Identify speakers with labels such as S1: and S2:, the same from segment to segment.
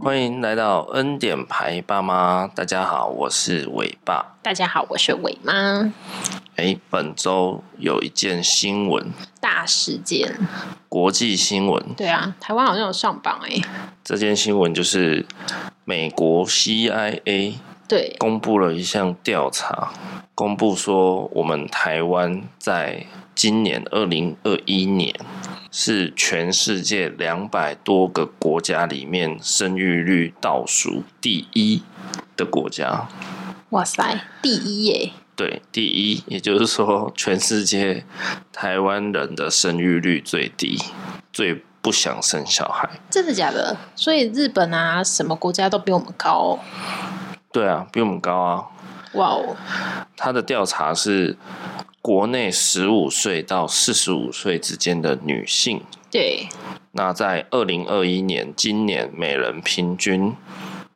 S1: 欢迎来到恩典牌爸妈，大家好，我是伟爸。
S2: 大家好，我是伟妈。
S1: 哎，本周有一件新闻，
S2: 大事件，
S1: 国际新闻。
S2: 对啊，台湾好像有上榜哎、
S1: 这件新闻就是美国 CIA
S2: 对，
S1: 公布了一项调查，公布说我们台湾在今年二零二一年是全世界两百多个国家里面生育率倒数第一的国家。
S2: 哇塞，第一耶、
S1: 对，第一，也就是说，全世界台湾人的生育率最低，最不想生小孩。
S2: 真的假的？所以日本啊，什么国家都比我们高、哦。
S1: 对啊，比我们高啊。
S2: 哇哦，
S1: 他的调查是，国内十五岁到四十五岁之间的女性，
S2: 对，
S1: 那在二零二一年，今年每人平均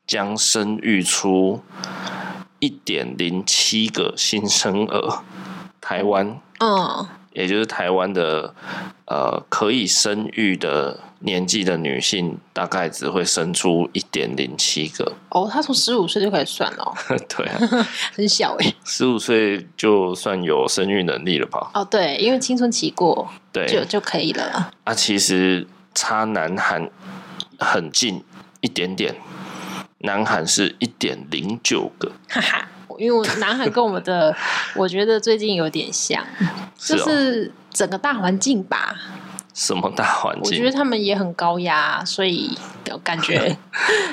S1: 将生育出一点零七个新生儿。台湾
S2: 嗯，
S1: 也就是台湾的呃可以生育的年纪的女性，大概只会生出一点零七个。
S2: 哦，他从十五岁就开始算了哦，
S1: 对啊，
S2: 很小哎、
S1: 十五岁就算有生育能力了吧？
S2: 哦，对，因为青春期过就
S1: 对，
S2: 就可以了。
S1: 啊，其实差南韩很近一点点，南韩是一点零九个，
S2: 哈哈，因为我南韩跟我们 的，我觉得最近有点像，
S1: 是
S2: 就
S1: 哦，
S2: 是整个大环境吧。
S1: 什么大环
S2: 我觉得
S1: 境？
S2: 他们也很高压，所以我 感觉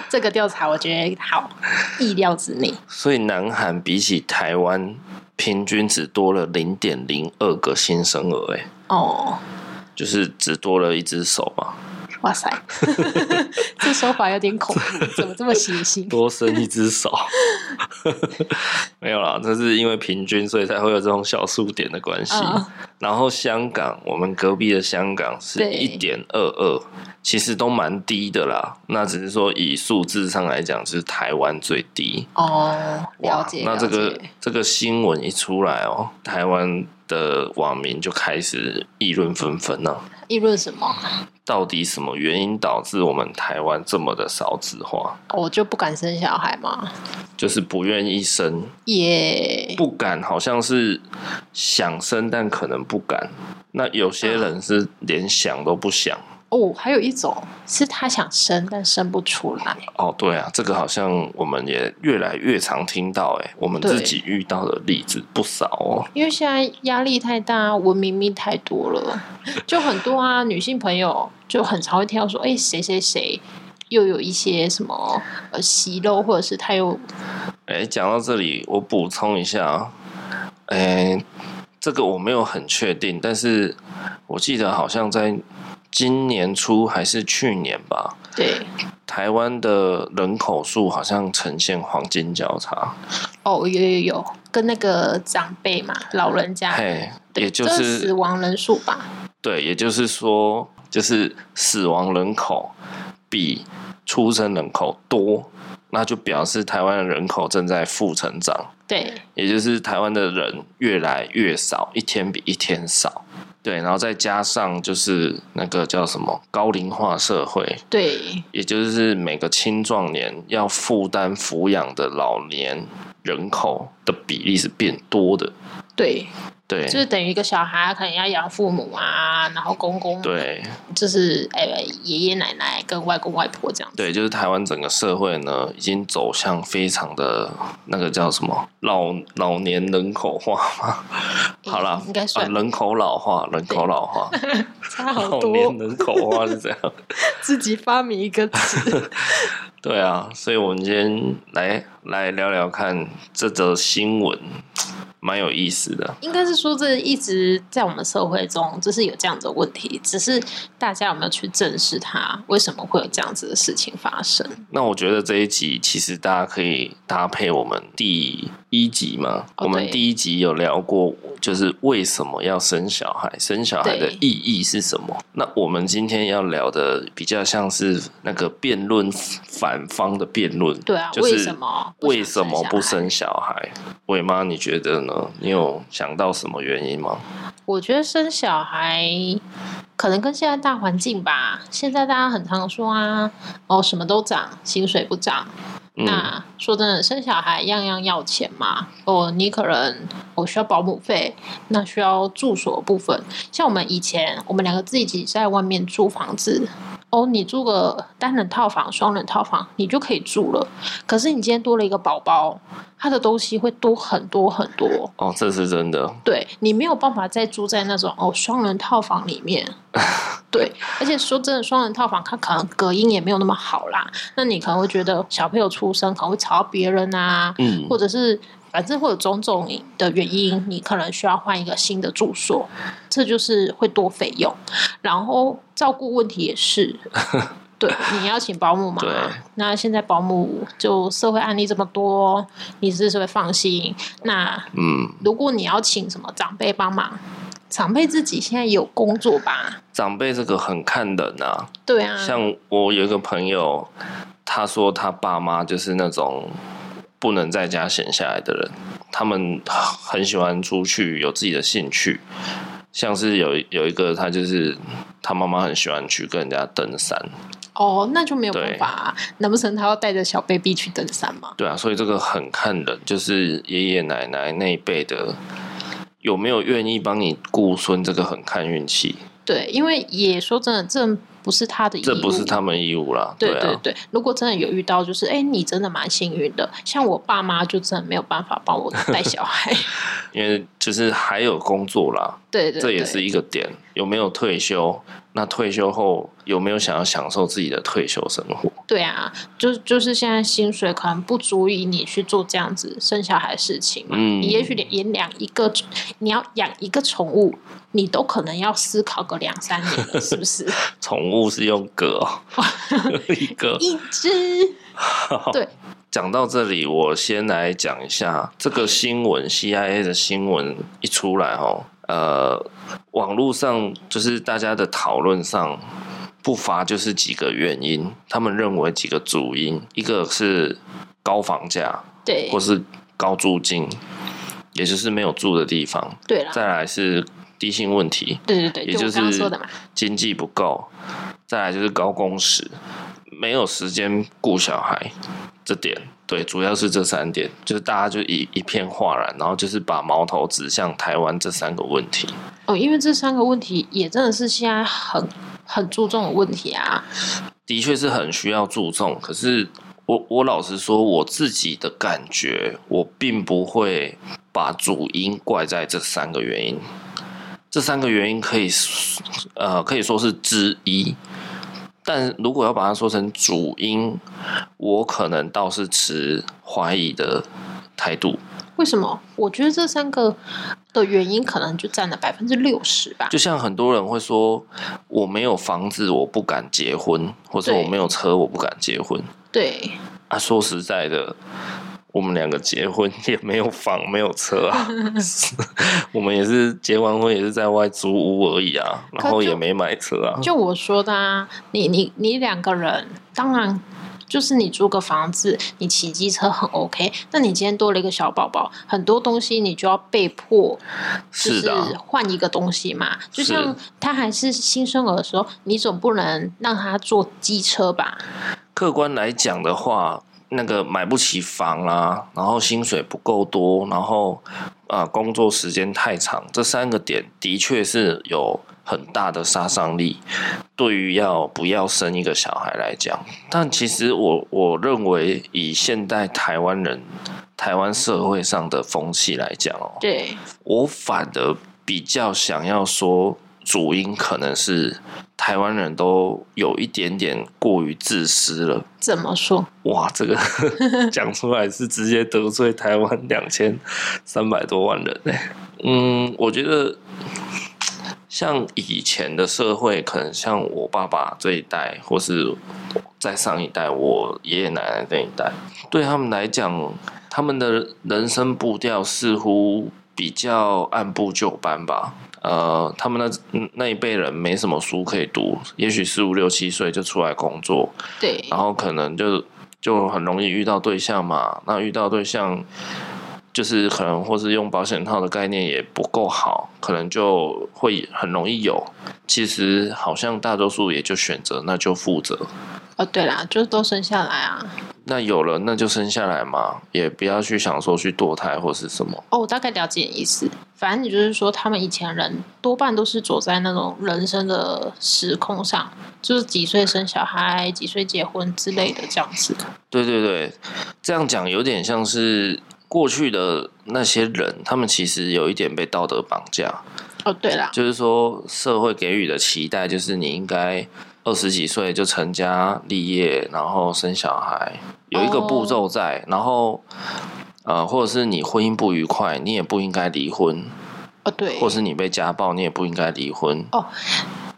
S2: 这个调查我觉得好意料之内。
S1: 所以南韩比起台湾。平均只多了零点零二个新生儿、欸，
S2: 哦，
S1: 就是只多了一只手吧。
S2: 哇 塞，这手法有点恐怖，怎么这么血腥？
S1: 多伸一只手， 没有啦，这是因为平均，所以才会有这种小数点的关系。
S2: 嗯
S1: 然后香港，我们隔壁的香港是
S2: 对
S1: 一点二二，其实都蛮低的啦。那只是说以数字上来讲，就是台湾最低。
S2: 哦，了
S1: 哇
S2: 解，，
S1: 那
S2: 了
S1: 这个
S2: 解。
S1: 这个新闻一出来哦，台湾的网民就开始议论纷纷了。
S2: 议论什么？
S1: 到底什么原因导致我们台湾这么的少子化？
S2: 哦我就不敢生小孩嘛，
S1: 就是不愿意生，
S2: 也、
S1: 不敢，好像是想生，但可能不敢。那有些人是连想都不想。
S2: 哦，还有一种是他想生但生不出来，
S1: 哦，对啊，这个好像我们也越来越常听到、欸，我们
S2: 对
S1: 自己遇到的例子不少哦。
S2: 因为现在压力太大，文明病太多了，就很多啊，女性朋友就很常会听到说，哎、谁谁谁又有一些什么呃息肉，或者是他又
S1: 哎、讲到这里，我补充一下啊，哎、这个我没有很确定，但是我记得好像在今年初还是去年吧，
S2: 对
S1: 台湾的人口数好像呈现黄金交叉。
S2: 哦，有有有，跟那个长辈嘛，老人家，
S1: 嘿，
S2: 啊对
S1: 也就
S2: 这
S1: 是
S2: 死亡人数吧，
S1: 对，也就是说，就是死亡人口比出生人口多，那就表示台湾的人口正在负成长，
S2: 对
S1: 也就是台湾的人越来越少，一天比一天少。对，然后再加上就是那个叫什么高龄化社会，
S2: 对
S1: 也就是每个青壮年要负担抚养的老年人口的比例是变多的。
S2: 对，
S1: 对，
S2: 就是等于一个小孩可能要养父母啊，然后公公，
S1: 对，
S2: 就是哎爷爷奶奶跟外公外婆这样子，
S1: 对，就是台湾整个社会呢，已经走向非常的那个叫什么老老年人口化吗？
S2: 嗯
S1: 好啦，
S2: 应该算
S1: 啊人口老化，人口老化，
S2: 差 好
S1: 老
S2: 多，
S1: 年人口化是这样。
S2: 自己发明一 个词。
S1: 对啊，所以我们今天来来聊聊看这则新闻，蛮有意思的。
S2: 应该是说，这一直在我们社会中，就是有这样的问题，只是大家有没有去正视它？为什么会有这样子的事情发生？
S1: 那我觉得这一集其实大家可以搭配我们第一集嘛，
S2: 哦
S1: 我们
S2: 对
S1: 第一集有聊过，就是为什么要生小孩，生小孩的
S2: 对
S1: 意义是什么。那我们今天要聊的比较像是那个辩论反方的辩论，
S2: 对啊，
S1: 就是
S2: 为什么不想
S1: 为什么不
S2: 小孩？
S1: 生小孩？伟妈，你觉得呢？你有想到什么原因吗？
S2: 我觉得生小孩可能跟现在大环境吧。现在大家很常说啊，哦，什么都涨，薪水不涨。
S1: 嗯，
S2: 那说真的，生小孩样样要钱嘛。哦，你可能我、需要保姆费，那需要住所的部分。像我们以前，我们两个自己在外面租房子，哦，你租个单人套房、双人套房，你就可以住了。可是你今天多了一个宝宝，他的东西会多很多很多。
S1: 哦，这是真的，
S2: 对你没有办法再住在那种哦双人套房里 面，对，而且说真的，双人套房它可能隔音也没有那么好啦。那你可能会觉得小朋友出生可能会吵到别人啊，
S1: 嗯，
S2: 或者是反正会有种种的原因，你可能需要换一个新的住所，这就是会多费用。然后照顾问题 也是。对，你要请保姆嘛
S1: 对？
S2: 那现在保姆就社会案例这么多，你是不是会放心？那
S1: 嗯，
S2: 如果你要请什么长辈帮忙，长辈自己现在有工作吧？
S1: 长辈这个很看人啊。
S2: 对啊，
S1: 像我有一个朋友，他说他爸妈就是那种不能在家闲下来的人，他们很喜欢出去，有自己的兴趣。像是有有一个他就是他妈妈很喜欢去跟人家登山，
S2: 哦，那就没有
S1: 对
S2: 办法、啊，难不成他要带着小 baby 去登山吗？
S1: 对啊，所以这个很看人，就是爷爷奶奶那一辈的有没有愿意帮你顾孙，这个很看运气，
S2: 对，因为也说真的，这不是他的义务，
S1: 这不是他们义务啦。
S2: 对
S1: 啊，
S2: 对对，如果真的有遇到，就是哎、你真的蛮幸运的。像我爸妈就真的没有办法帮我带小 孩，
S1: 因为就是还有工作啦，
S2: 对对对，
S1: 这也是一个点。有没有退休？那退休后有没有想要享受自己的退休生活？
S2: 对啊，就就是现在薪水可能不足以你去做这样子生小孩的事情嘛。
S1: 嗯
S2: 你也许连连养一个，你要养一个宠物，你都可能要思考个两三年了，是不 是？
S1: 宠物是用 格、哦， 一个
S2: 一 只，对，
S1: 讲到这里，我先来讲一下这个新闻，CIA 的新闻一出来哦，呃，网络上就是大家的讨论上。不乏就是几个原因，他们认为几个主因，一个是高房价
S2: 对
S1: 或，是高租金，也就是没有住的地方；
S2: 对啦，
S1: 再来是低薪问题，
S2: 对对对，
S1: 也
S2: 哎就
S1: 就
S2: 我刚刚
S1: 是
S2: 说的嘛，
S1: 经济不够，再来就是高工时，没有时间顾小孩，这点对，主要是这三点，就是大家就一一片哗然，然后就是把矛头指向台湾这三个问题。
S2: 哦，因为这三个问题也真的是现在很很注重的问题啊。
S1: 的确是很需要注重。可是我我老实说，我自己的感觉，我并不会把主因怪在这三个原因。这三个原因可以说呃可以说是之一，但如果要把它说成主因，我可能倒是持怀疑的态度。
S2: 为什么？我觉得这三个的原因可能就占了百分之六十吧。
S1: 就像很多人会说，我没有房子，我不敢结婚，或者
S2: 对
S1: 我没有车，我不敢结婚。
S2: 对，
S1: 啊，说实在的，我们两个结婚也没有房，没有车 啊，我们也是结完婚也是在外租屋而已啊，然后
S2: 可就嗯
S1: 也没买车啊。
S2: 就我说的啊，你你你两个人，当然就是你租个房子，你骑机车很 OK，但你今天多了一个小宝宝，很多东西你就要被迫就是
S1: 的啊、
S2: 换一个东西嘛。就是像他还是新生儿的时候，你总不能让他坐机车吧？
S1: 客观来讲的话，那个买不起房啦、然后薪水不够多，然后啊、呃工作时间太长，这三个点的确是有很大的杀伤力，对于要不要生一个小孩来讲。但其实我我认为，以现代台湾人、台湾社会上的风气来讲哦，
S2: 对，
S1: 我反而比较想要说，主因可能是台湾人都有一点点过于自私了。
S2: 怎么说？
S1: 哇，这个讲出来是直接得罪台湾两千三百多万人呢、嗯，我觉得像以前的社会，可能像我爸爸这一代，或是在上一代，我爷爷奶奶那一代，对他们来讲，他们的人生步调似乎比较按部就班吧。呃，他们那那一辈人没什么书可以读，也许四五六七岁就出来工作，
S2: 对，
S1: 然后可能就就很容易遇到对象嘛。那遇到对象，就是可能或是用保险套的概念也不够好，可能就会很容易有。其实好像大多数也就选择那就负责，
S2: 哦，对啦，就是都生下来啊。
S1: 那有了那就生下来嘛，也不要去想说去堕胎或是什么。
S2: 哦，我大概了解你的意思。反正你就是说，他们以前人多半都是走在那种人生的时空上，就是几岁生小孩、几岁结婚之类的这样子。
S1: 对对对，这样讲有点像是过去的那些人，他们其实有一点被道德绑架，
S2: 哦，对啦，
S1: 就是说社会给予的期待就是你应该二十几岁就成家立业，然后生小孩，有一个
S2: 哦
S1: 步骤在，然后。呃，或者是你婚姻不愉快，你也不应该离婚；
S2: 哦，对，
S1: 或是你被家暴，你也不应该离婚。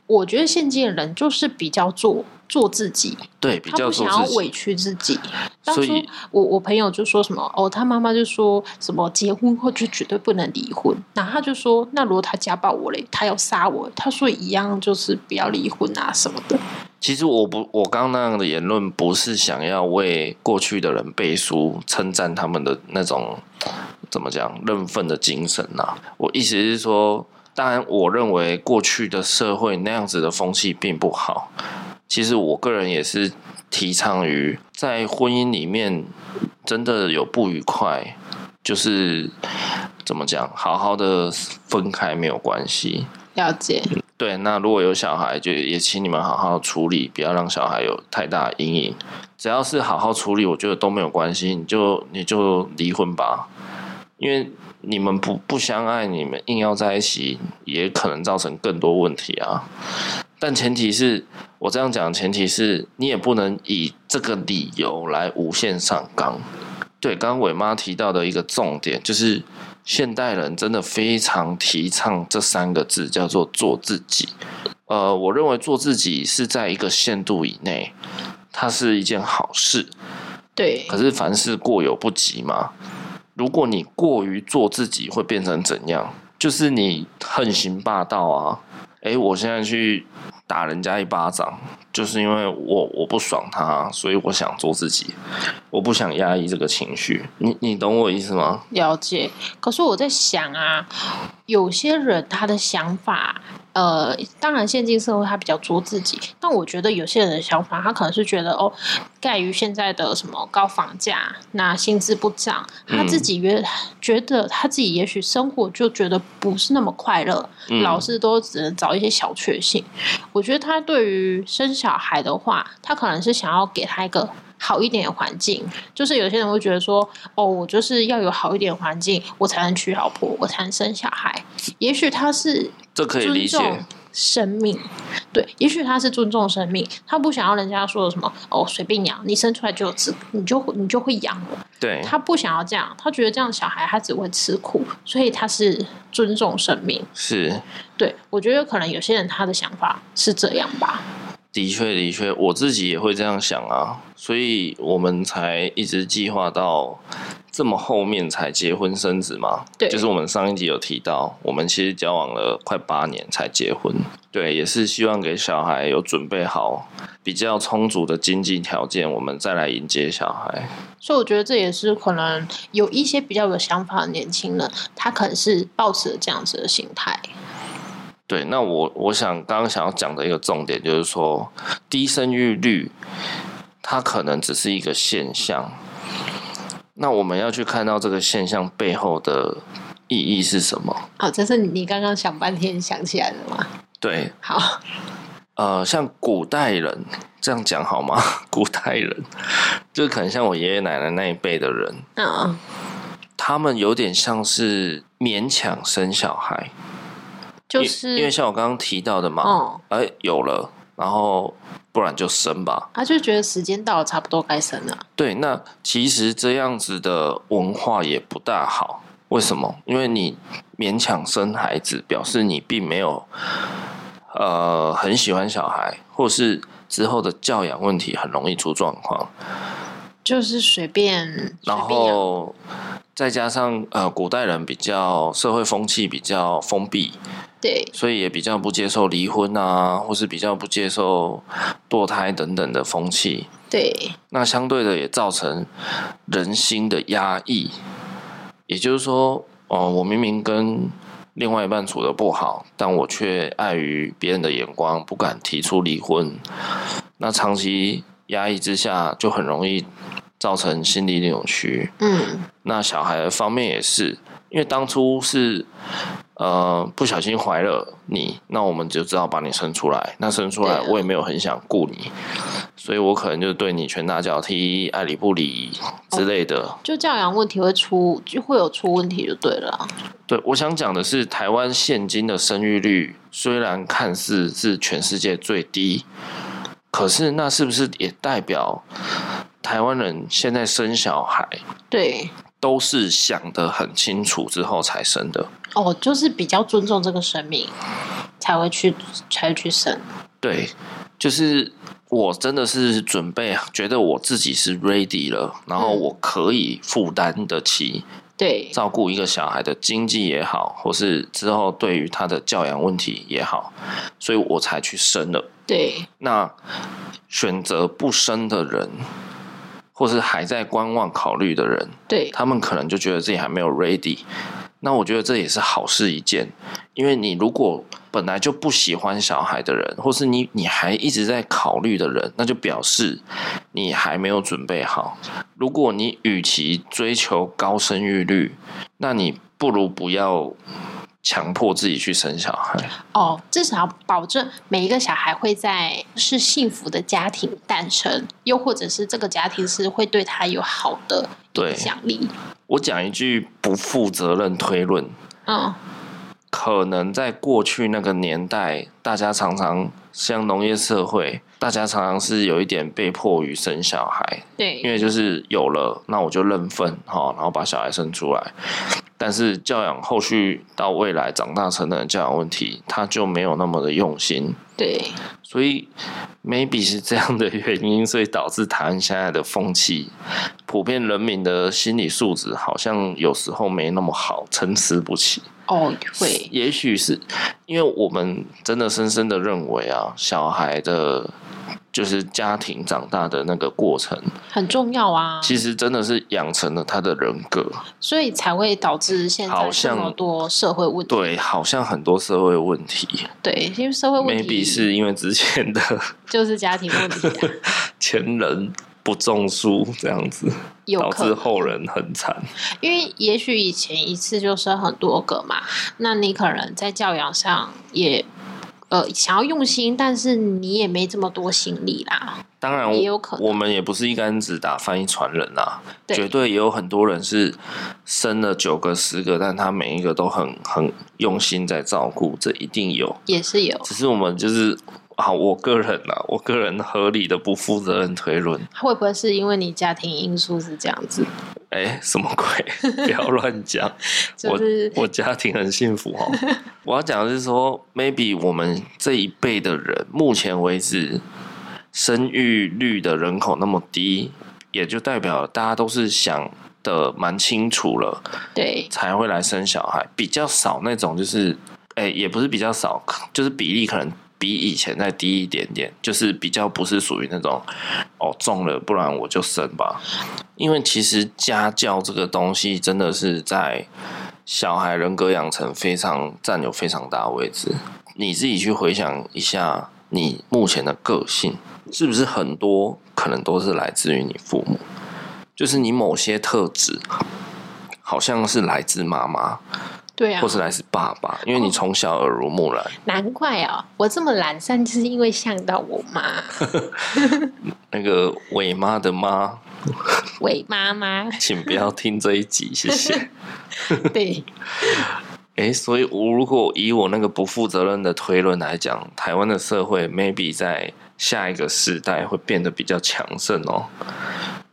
S2: 我觉得现今的人就是比较做做自己，
S1: 对，比
S2: 他
S1: 较
S2: 不
S1: 做
S2: 想要
S1: 自
S2: 委
S1: 己。
S2: 屈自己。当
S1: 所
S2: 初
S1: 以
S2: 我我朋友就说什么哦，他妈妈就说什么结婚后就绝对不能离婚，然后他就说那如果他家暴我嘞，他要杀我，他说一样就是不要离婚啊什么的。
S1: 其实我不，我刚刚那样的言论不是想要为过去的人背书，称赞他们的那种怎么讲认份的精神呐、我意思是说，当然，我认为过去的社会那样子的风气并不好。其实我个人也是提倡于在婚姻里面真的有不愉快，就是怎么讲，好好的分开没有关系。
S2: 了解，
S1: 对，那如果有小孩，就也请你们好好处理，不要让小孩有太大的阴影。只要是好好处理，我觉得都没有关系。你就你就离婚吧，因为你们不不相爱，你们硬要在一起，也可能造成更多问题啊。但前提是我这样讲，前提是你也不能以这个理由来无限上纲。对，刚刚伟妈提到的一个重点就是，现代人真的非常提倡这三个字，叫做做自己。呃，我认为做自己是在一个限度以内，它是一件好事。
S2: 对
S1: 可，是凡事过犹不及嘛，如果你过于做自己，会变成怎样？就是你横行霸道啊！诶，我现在去打人家一巴掌，就是因为我我不爽他，所以我想做自己，我不想压抑这个情绪。你你懂我意思吗？
S2: 了解。可是我在想啊，有些人他的想法，呃，当然现今社会他比较做自己，但我觉得有些人的想法，他可能是觉得哦，盖于现在的什么高房价，那薪资不涨，他自己觉觉得他自己也许生活就觉得不是那么快乐，
S1: 嗯
S2: 老是都只能找一些小确幸。我觉得他对于生小孩的话，他可能是想要给他一个好一点的环境。就是有些人会觉得说，哦，我就是要有好一点的环境，我才能娶老婆，我才能生小孩。也许他是
S1: 这可以理
S2: 尊
S1: 解。
S2: 重生命，对，也许他是尊重生命，他不想要人家说什么哦，随便养，你生出来就有吃，你就你就会养了。
S1: 对，
S2: 他不想要这样，他觉得这样小孩他只会吃苦，所以他是尊重生命。
S1: 是
S2: 对，我觉得可能有些人他的想法是这样吧。
S1: 的确，的确，我自己也会这样想啊，所以我们才一直计划到这么后面才结婚生子嘛。
S2: 对
S1: 就是我们上一集有提到，我们其实交往了快八年才结婚，对，也是希望给小孩有准备好比较充足的经济条件，我们再来迎接小孩。
S2: 所以我觉得这也是可能有一些比较有想法的年轻人，他可能是抱持了这样子的心态。
S1: 对，那我我想刚刚想要讲的一个重点就是说，低生育率它可能只是一个现象，那我们要去看到这个现象背后的意义是什么？
S2: 啊，这是你刚刚想半天想起来的吗？
S1: 对，
S2: 好，
S1: 呃，像古代人这样讲好吗？ 古代人就是可能像我爷爷奶奶那一辈的人，
S2: 嗯，
S1: 他们有点像是勉强生小孩，
S2: 就
S1: 因
S2: 是
S1: 因为像我刚刚提到的嘛，
S2: 哦，
S1: 哎、有了，然后不然就生吧。
S2: 他啊就觉得时间到了，差不多该生了。
S1: 对，那其实这样子的文化也不大好。为什么？因为你勉强生孩子，表示你并没有呃很喜欢小孩，或是之后的教养问题很容易出状况。
S2: 就是随便，
S1: 然
S2: 随便养
S1: 后再加上呃，古代人比较社会风气比较封闭，
S2: 对，
S1: 所以也比较不接受离婚啊，或是比较不接受堕胎等等的风气。
S2: 对，
S1: 那相对的也造成人心的压抑，也就是说，哦，我明明跟另外一半处的不好，但我却碍于别人的眼光，不敢提出离婚。那长期压抑之下，就很容易造成心理扭曲。
S2: 嗯
S1: 那小孩的方面也是，因为当初是呃不小心怀了你，那我们就知道把你生出来。那生出来
S2: 对啊
S1: 我也没有很想顾你，所以我可能就对你拳打脚踢、爱理不理之类的。
S2: 就教养问题会出，就会有出问题就对了啊。
S1: 对，我想讲的是，台湾现今的生育率虽然看似是全世界最低，可是那是不是也代表台湾人现在生小孩
S2: 对，
S1: 都是想得很清楚之后才生的？
S2: 哦，就是比较尊重这个生命，才会去才会去生。
S1: 对，就是我真的是准备，觉得我自己是 ready 了，然后
S2: 嗯
S1: 我可以负担得起
S2: 对，
S1: 照顾一个小孩的经济也好，或是之后对于他的教养问题也好，所以我才去生了。
S2: 对，
S1: 那选择不生的人，或是还在观望考虑的人，
S2: 对，
S1: 他们可能就觉得自己还没有 ready。那我觉得这也是好事一件，因为你如果本来就不喜欢小孩的人，或是你你还一直在考虑的人，那就表示你还没有准备好。如果你与其追求高生育率，那你不如不要强迫自己去生小孩。
S2: 哦，至少保证每一个小孩会在是幸福的家庭诞生，又或者是这个家庭是会对他有好的
S1: 对
S2: 影响力。
S1: 我讲一句不负责任推论，
S2: 嗯，
S1: 可能在过去那个年代，大家常常像农业社会，大家常常是有一点被迫于生小孩，因
S2: 对，
S1: 为就是有了，那我就认份哈、然后把小孩生出来。但是教养后续到未来长大成人的教养问题，他就没有那么的用心，
S2: 对，
S1: 所以 maybe 是这样的原因，所以导致台湾现在的风气，普遍人民的心理素质好像有时候没那么好，参差不齐。
S2: 哦，会，
S1: 也许是因为我们真的深深的认为啊，小孩的。就是家庭长大的那个过程，
S2: 很重要啊，
S1: 其实真的是养成了他的人格。
S2: 所以才会导致现在
S1: 好
S2: 这
S1: 像
S2: 么多社会问题。
S1: 对，好像很多社会问题
S2: 对，因为社会问题
S1: ，maybe 是因为之前的
S2: 就是家庭问 题、啊，
S1: 前人不种树这样子，
S2: 有
S1: 导
S2: 可
S1: 致
S2: 能。
S1: 后人很惨。
S2: 因为也许以前一次就生很多个嘛，那你可能在教养上也呃想要用心，但是你也没这么多心力啦。
S1: 当然，
S2: 也有可能
S1: 我们也不是一竿子打翻一船人啊啦、
S2: 对
S1: 绝对也有很多人是生了九个、十个，但他每一个都很很用心在照顾，这一定有。
S2: 也是有
S1: 只是我们就是啊，我个人啦、我个人合理的不负责任推论，
S2: 会不会是因为你家庭因素是这样子？
S1: 哎、什么鬼？ 不要乱讲。
S2: 就是
S1: 我我家庭很幸福 哦。我要讲的是说，maybe 我们这一辈的人，目前为止生育率的人口那么低，也就代表大家都是想的蛮清楚了，
S2: 对
S1: 才会来生小孩，比较少那种就是，哎、也不是比较少，就是比例可能。比以前再低一点点，就是比较不是属于那种哦中了，不然我就生吧。因为其实家教这个东西真的是在小孩人格养成非常占有非常大的位置。你自己去回想一下，你目前的个性是不是很多可能都是来自于你父母？就是你某些特质，好像是来自妈妈，
S2: 对啊
S1: 或，是来自爸爸，因为你从小耳濡目染。
S2: 难怪啊、我这么懒散，就是因为像到我妈
S1: 那个伟妈的妈，
S2: 伪妈妈。
S1: 请不要听这一集，谢谢。
S2: 对，
S1: 诶，所以我如果以我那个不负责任的推论来讲，台湾的社会 maybe 在下一个世代会变得比较强盛哦。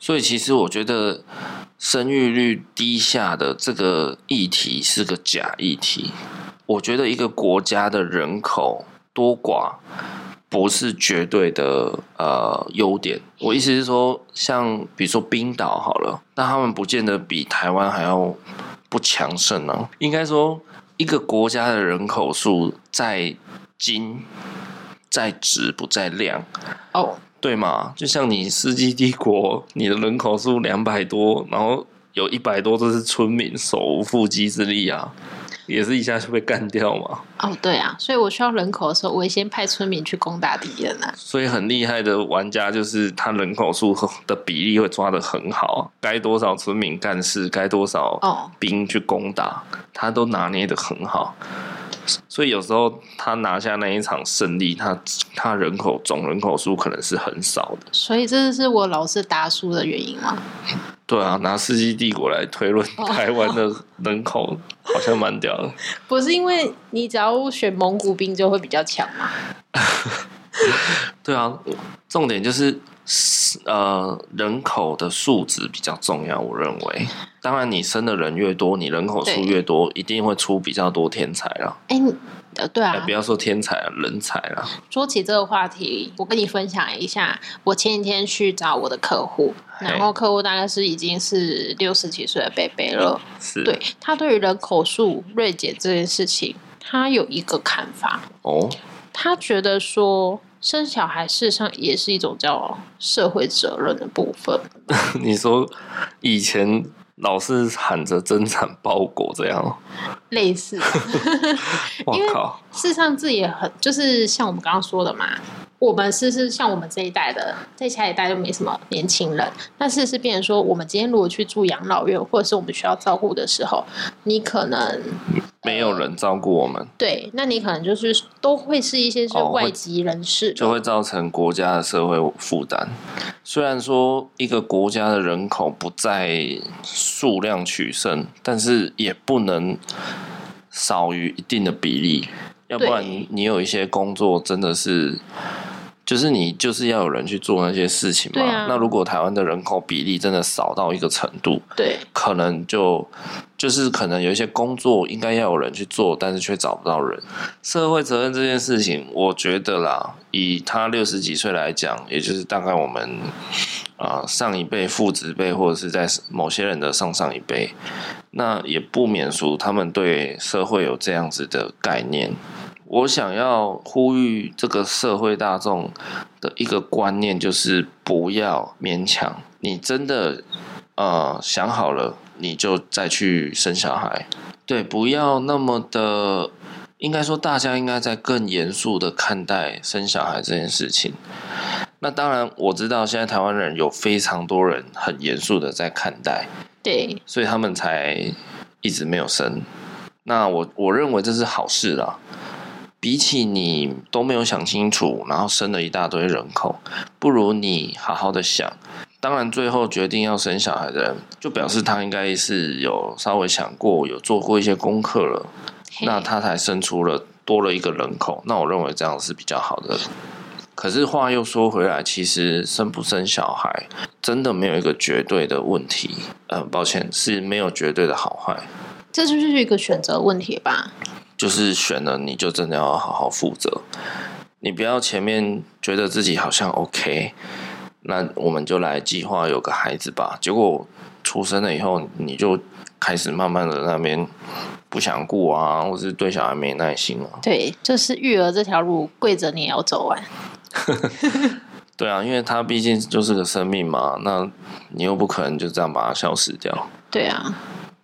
S1: 所以其实我觉得生育率低下的这个议题是个假议题。我觉得一个国家的人口多寡不是绝对的呃优点。我意思是说，像比如说冰岛好了，那他们不见得比台湾还要不强盛啊。应该说，一个国家的人口数在斤、在值不在量，
S2: 哦，
S1: 对嘛？就像你《世纪帝国》，你的人口数两百多，然后有一百多都是村民手无缚鸡之力啊，也是一下就被干掉嘛。
S2: 哦，对啊，所以我需要人口的时候，我会先派村民去攻打敌人啊。
S1: 所以很厉害的玩家就是他人口数的比例会抓得很好，该多少村民干事，该多少
S2: 哦，
S1: 兵去攻打，他都拿捏得很好。所以有时候他拿下那一场胜利，他他人口总人口数可能是很少的。
S2: 所以这是我老是打输的原因吗？
S1: 对啊，拿世纪帝国来推论台湾的人口，好像蛮屌的。
S2: 不是因为你只要选蒙古兵就会比较强吗？
S1: 对啊，重点就是呃人口的数值比较重要，我认为。当然，你生的人越多，你人口数
S2: 对
S1: 越多，一定会出比较多天才啦。
S2: 哎、你呃，对
S1: 哎、
S2: 啊
S1: 不，要说天才啊，人才啦。
S2: 说起这个话题，我跟你分享一下，我前几天去找我的客户，
S1: 嘿
S2: 然后客户大概是已经是六十几岁的贝贝了，
S1: 是，
S2: 对他对于人口数锐减这件事情，他有一个看法，
S1: 哦，
S2: 他觉得说生小孩事实上也是一种叫社会责任的部 分，
S1: 你说以前老是喊着增产报国这样哦，
S2: 类似的。
S1: 我
S2: 因为
S1: 靠，
S2: 事实上，这也很就是像我们刚刚说的嘛，我们是是像我们这一代的，在下一代就没什么年轻人，但是是变成说，我们今天如果去住养老院，或者是我们需要照顾的时候，你可能
S1: 没有人照顾我们，
S2: 对，那你可能就是都会是一些是
S1: 哦会
S2: 外籍人士，
S1: 就会造成国家的社会负担。虽然说一个国家的人口不在数量取胜，但是也不能少于一定的比例，要不然
S2: 对
S1: 你有一些工作真的是。就是你就是要有人去做那些事情嘛。
S2: 对啊
S1: 那如果台湾的人口比例真的少到一个程度，
S2: 对
S1: 可能就就是可能有一些工作应该要有人去做，但是却找不到人。社会责任这件事情，我觉得啦，以他六十几岁来讲，也就是大概我们啊、呃上一辈、父子辈，或者是在某些人的上上一辈，那也不免俗，他们对社会有这样子的概念。我想要呼吁这个社会大众的一个观念，就是不要勉强。你真的呃想好了，你就再去生小孩。对，不要那么的，应该说大家应该在更严肃的看待生小孩这件事情。那当然，我知道现在台湾人有非常多人很严肃的在看待，
S2: 对
S1: 所以他们才一直没有生。那我我认为这是好事啦。比起你都没有想清楚，然后生了一大堆人口，不如你好好的想。当然，最后决定要生小孩的人，就表示他应该是有稍微想过，有做过一些功课了，
S2: 嘿
S1: 那他才生出了多了一个人口。那我认为这样是比较好的。可是话又说回来，其实生不生小孩，真的没有一个绝对的问题。呃，抱歉，是没有绝对的好坏，
S2: 这就是一个选择问题吧？
S1: 就是选了你就真的要好好负责。你不要前面觉得自己好像 OK，那我们就来计划有个孩子吧。结果出生了以后，你就开始慢慢的那边不想顾啊，或是对小孩没耐心啊。
S2: 对，就是育儿这条路，跪着你也要走完。
S1: 对啊，因为他毕竟就是个生命嘛，那你又不可能就这样把它消失掉。
S2: 对啊，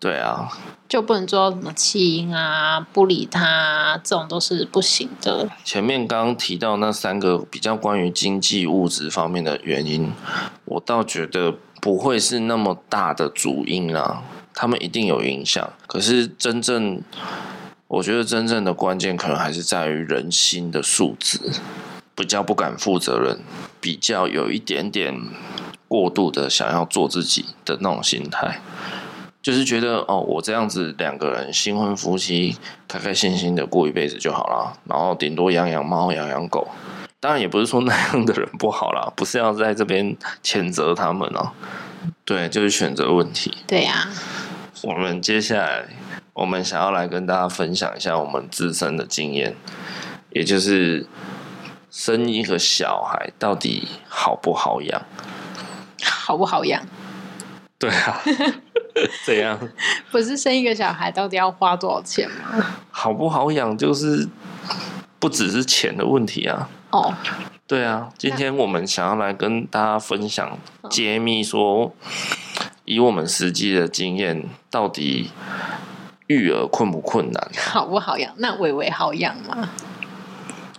S1: 对啊，
S2: 就不能做到什么弃婴啊、不理他、啊，这种都是不行的。
S1: 前面刚刚提到那三个比较关于经济物质方面的原因，我倒觉得不会是那么大的主因啦、他们一定有影响。可是真正，我觉得真正的关键可能还是在于人心的素质，比较不敢负责任，比较有一点点过度的想要做自己的那种心态。就是觉得哦，我这样子两个人新婚夫妻开开心心的过一辈子就好啦，然后顶多养养猫、养养狗。当然也不是说那样的人不好啦，不是要在这边谴责他们啊。对，就是选择问题。
S2: 对啊，
S1: 我们接下来，我们想要来跟大家分享一下我们自身的经验，也就是生一个小孩到底好不好养？
S2: 好不好养？
S1: 对啊， 怎样？
S2: 不是生一个小孩到底要花多少钱吗？
S1: 好不好养就是不只是钱的问题啊。
S2: 哦，
S1: 对啊，今天我们想要来跟大家分享揭秘说，以我们实际的经验，到底育儿困不困难？
S2: 好不好养？那伟伟好养吗？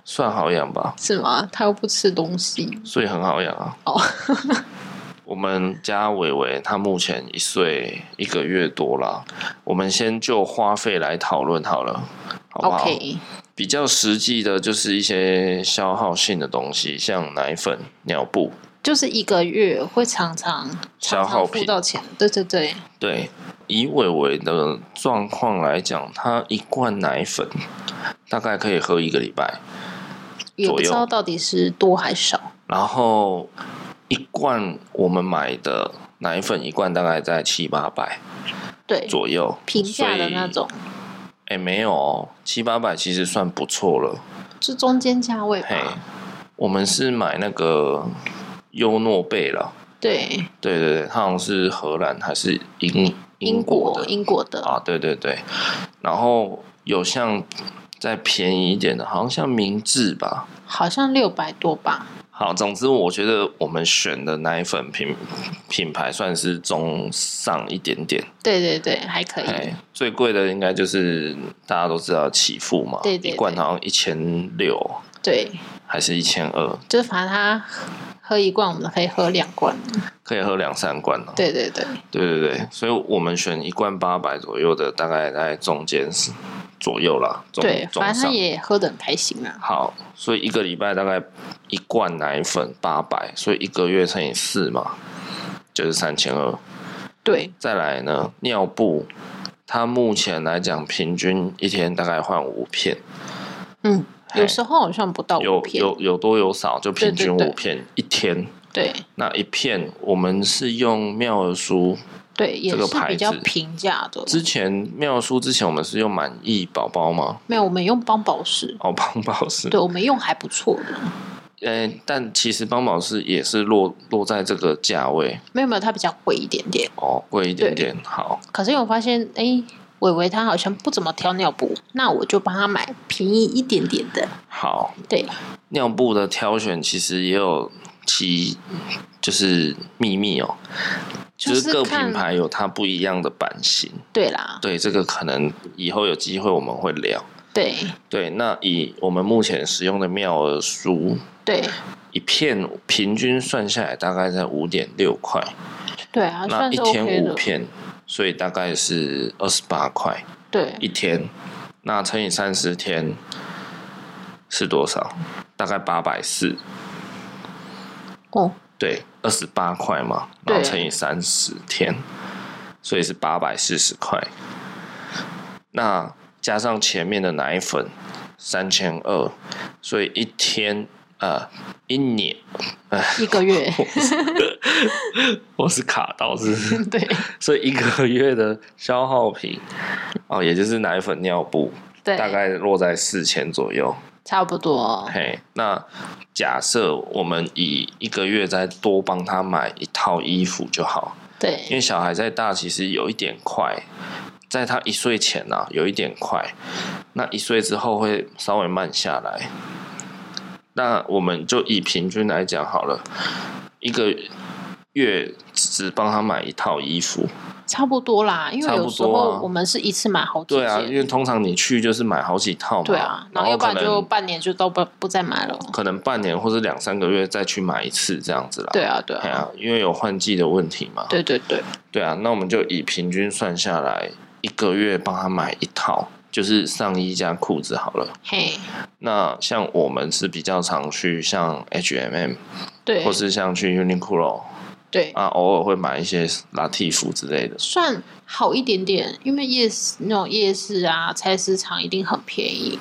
S1: 算好养吧，
S2: 是吗？他又不吃东西
S1: 所以很好养啊。
S2: 哦，
S1: 我们家伟伟他目前一岁一个月多啦，我们先就花费来讨论好了，好不好
S2: OK，
S1: 比较实际的就是一些消耗性的东西，像奶粉、尿布。
S2: 就是一个月会常常
S1: 消
S2: 常
S1: 耗
S2: 常
S1: 品
S2: 付到钱，对对对，
S1: 对，以伟伟的状况来讲，他一罐奶粉大概可以喝一个礼拜，
S2: 也不
S1: 左
S2: 知
S1: 右
S2: 道到底是多还是少，
S1: 然后一罐我们买的奶粉一罐大概在七八百
S2: 对，
S1: 左右，
S2: 平价的那种，
S1: 哎，诶没有哦，七八百其实算不错了。
S2: 是中间价位
S1: 嘿
S2: 吧？，
S1: 我们是买那个优诺贝了，
S2: 对，
S1: 对对对，它好像是荷兰还是英
S2: 英
S1: 国
S2: 国
S1: 的
S2: 英国的，
S1: 啊，对对对，然后有像再便宜一点的，好像像明治吧。
S2: 好像六百多吧？
S1: 好，总之我觉得我们选的奶粉品品牌算是中上一点点，
S2: 对对对，还可以，
S1: 哎，最贵的应该就是大家都知道起付嘛，
S2: 对对
S1: 一罐好像一千六
S2: 对，
S1: 还是一千二，
S2: 就是反正他喝一罐，我们可以喝两罐，
S1: 可以喝两三罐呢、
S2: 对对对，
S1: 对对对，所以我们选一罐八百左右的，大概在中间是左右啦，中
S2: 对，
S1: 中
S2: 反正他
S1: 上。
S2: 也喝的很开心啊。
S1: 好，所以一个礼拜大概一罐奶粉八百，所以一个月乘以四嘛，就是三千二。
S2: 对，
S1: 再来呢，尿布，它目前来讲平均一天大概换五片，
S2: 嗯，有
S1: 嘿
S2: 时候好像不到五
S1: 有
S2: 片，
S1: 有有多有少，就平均
S2: 对对
S1: 五
S2: 对
S1: 片一天。
S2: 对
S1: 那一片我们是用妙儿酥，
S2: 对，也
S1: 这个
S2: 是
S1: 牌
S2: 比较
S1: 子
S2: 平价的。
S1: 之前妙儿酥之前我们是用满意宝宝吗？
S2: 没有，我们用邦宝适，
S1: 哦，邦宝适，
S2: 对我们用还不错的。
S1: 呃、但其实邦宝适也是落落在这个价位
S2: 没有没有，它比较贵一点点。
S1: 哦，贵一点点。好，
S2: 可是我发现，哎，伟伟他好像不怎么挑尿布，那我就帮他买便宜一点点的。
S1: 好，
S2: 对，
S1: 尿布的挑选其实也有其就是秘密哦，就
S2: 就是是
S1: 各
S2: 看
S1: 品牌有它不一样的版型。
S2: 对啦，
S1: 对，这个可能以后有机会我们会聊。
S2: 对
S1: 对，那以我们目前使用的妙儿酥，
S2: 对
S1: 一片平均算下来大概在五点六块，
S2: 对啊，
S1: 那
S2: 算
S1: 一
S2: 是
S1: 天
S2: OK
S1: 五
S2: 的。
S1: 片，所以大概是二十八块
S2: 对，
S1: 一天。那乘以三十天是多少？大概八百四，
S2: 哦，
S1: 对，二十八块嘛，然后
S2: 对
S1: 乘以三十天，所以是八百四十块。那加上前面的奶粉三千二，所以一天呃一年，
S2: 一 个月，
S1: 我是卡到是不是？
S2: 对
S1: 所以一个月的消耗品哦，也就是奶粉、尿布，
S2: 对，
S1: 大概落在四千左右。
S2: 差不多。
S1: 嘿，那假设我们以一个月再多帮他买一套衣服就好，因
S2: 对
S1: 为小孩再大其实有一点快，在他一岁前啊有一点快，那一岁之后会稍微慢下来。那我们就以平均来讲好了，一个月只帮他买一套衣服，
S2: 差不多啦，因为
S1: 差不
S2: 有时
S1: 多啊
S2: 候我们是一次买好几
S1: 对啊，
S2: 件，
S1: 因为通常你去就是买好几套嘛，
S2: 对啊，
S1: 然
S2: 然后要不
S1: 可
S2: 然就
S1: 能
S2: 半年就都不不再买了。
S1: 可能半年或者两三个月再去买一次这样子啦。
S2: 对啊，对
S1: 哎
S2: 啊，
S1: 呀，因为有换季的问题嘛。
S2: 对对对，
S1: 对啊，那我们就以平均算下来，一个月帮他买一套，就是上衣加裤子好了。
S2: 嘿，
S1: 那像我们是比较常去像 H&M
S2: 对
S1: 或是像去 Uniqlo
S2: 对，
S1: 啊，偶尔会买一些拉蒂服之类的。
S2: 算好一点点，因为夜市那种夜市啊、菜市场一定很便宜。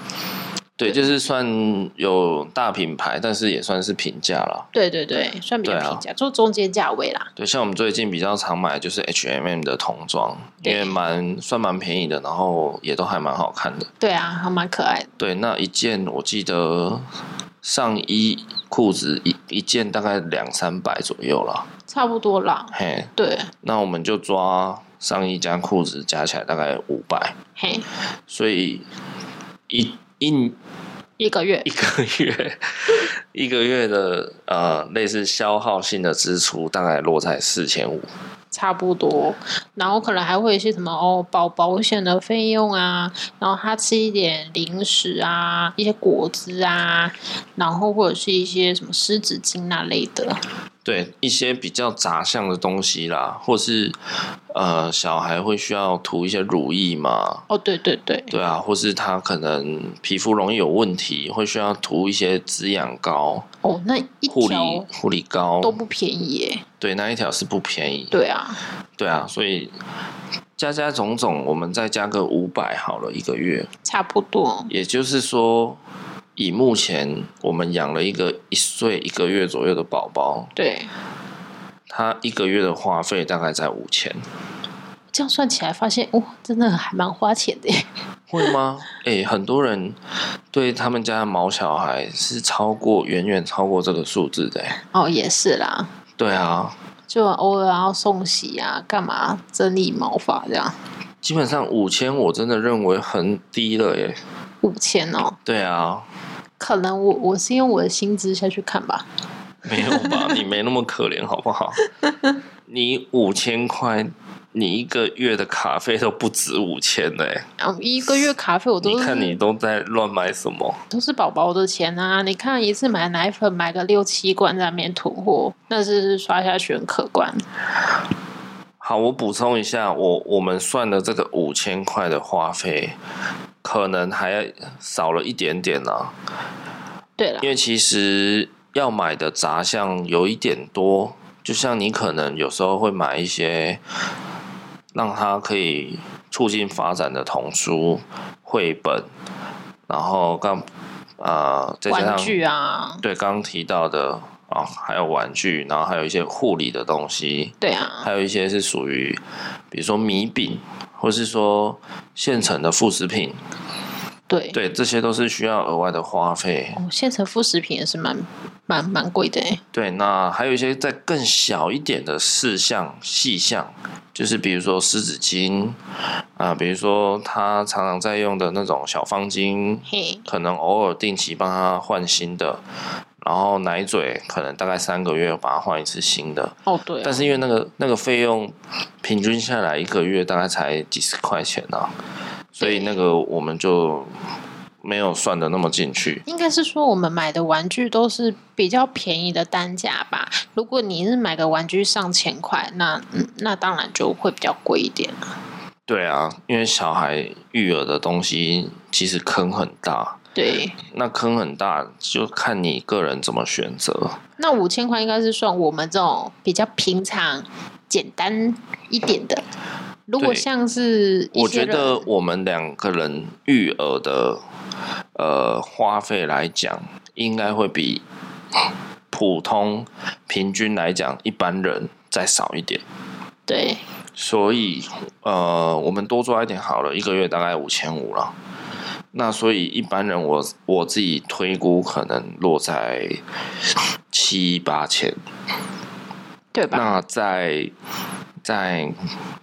S1: 对，就是算有大品牌，但是也算是平价啦。
S2: 对对对，算比较
S1: 对啊
S2: 平价，就中间价位啦。
S1: 对，像我们最近比较常买的就是 H&M 的童装，因
S2: 对
S1: 为蛮算蛮便宜的，然后也都还蛮好看的。
S2: 对啊，还蛮可爱的。
S1: 对，那一件我记得上衣、裤子一一件大概两三百左右啦。
S2: 差不多啦。
S1: 嘿，
S2: 对，
S1: 那我们就抓上衣加裤子加起来大概五百，
S2: 嘿，
S1: 所以一一
S2: 一个月
S1: 一个月一个月的呃类似消耗性的支出大概落在四千五。
S2: 差不多，然后可能还会有一些什么哦，保保险的费用啊，然后他吃一点零食啊，一些果汁啊，然后或者是一些什么湿纸巾那类的。
S1: 对一些比较杂项的东西啦，或是呃小孩会需要涂一些乳液嘛，
S2: 哦，对对对，
S1: 对啊，或是他可能皮肤容易有问题，会需要涂一些滋养膏、
S2: 哦，那一
S1: 护理
S2: 条
S1: 护理膏
S2: 都，不便宜耶。
S1: 对，那一条是不便宜，
S2: 对啊，
S1: 对啊，所以加加总总，我们再加个五百好了，一个月，
S2: 差不多。
S1: 也就是说，以目前我们养了一个一岁一个月左右的宝宝，
S2: 对，
S1: 他一个月的花费大概在五千，
S2: 这样算起来发现，哦，真的还蛮花钱的耶。
S1: 会 吗？诶、很多人对他们家的毛小孩是超过远远超过这个数字的、诶
S2: 哦，也是啦，
S1: 对啊，
S2: 就偶尔要送洗啊，干嘛整理毛发这样，
S1: 基本上五千我真的认为很低了耶。
S2: 五千哦。
S1: 对啊，
S2: 可能我我是用我的薪资下去看吧。
S1: 没有 吧？你没那么可怜好不 好？你五千块，你一个月的卡费都不止五千嘞。
S2: 然后一个月卡费我
S1: 你
S2: 都
S1: 看你
S2: 是
S1: 都在乱买什么？
S2: 都是宝宝的钱啊！你看一次买奶粉买个六七罐在那边囤货，那是刷下去很可观。
S1: 好，我补充一下，我我们算的这个五千块的花费，可能还少了一点点啊呢、
S2: 对了
S1: 因，为其实要买的杂项有一点多，就像你可能有时候会买一些让它可以促进发展的童书、绘本，然后刚呃再加上
S2: 玩具啊，
S1: 对刚刚提到的啊、还有玩具，然后还有一些护理的东西，
S2: 对啊，
S1: 还有一些是属于比如说米饼，或是说现成的副食品，
S2: 对。
S1: 对，这些都是需要额外的花费。
S2: 哦，现成副食品也是蛮蛮蛮贵的哎。
S1: 对，那还有一些再更小一点的事项细项，就是比如说湿纸巾啊、比如说他常常在用的那种小方巾，
S2: 嘿，
S1: 可能偶尔定期帮他换新的。然后奶嘴可能大概三个月把它换一次新的，
S2: 哦对啊
S1: 但是因为那个那个费用平均下来一个月大概才几十块钱啊，所以那个我们就没有算的那么进去。
S2: 应该是说我们买的玩具都是比较便宜的单价吧。如果你是买个玩具上千块，那嗯，那当然就会比较贵一点。
S1: 对啊，因为小孩育儿的东西其实坑很大，
S2: 对，
S1: 那坑很大就看你个人怎么选择。
S2: 那五千块应该是算我们这种比较平常、简单一点的。如果
S1: 对
S2: 像是一
S1: 我
S2: 些
S1: 觉
S2: 人
S1: 得我们两个人育儿的呃花费来讲，应该会比普通平均来讲一般人再少一点。
S2: 对
S1: 所以呃，我们多抓一点好了，一个月大概五千五了。那所以一般人我我自己推估可能落在七八千。
S2: 对吧？
S1: 那再再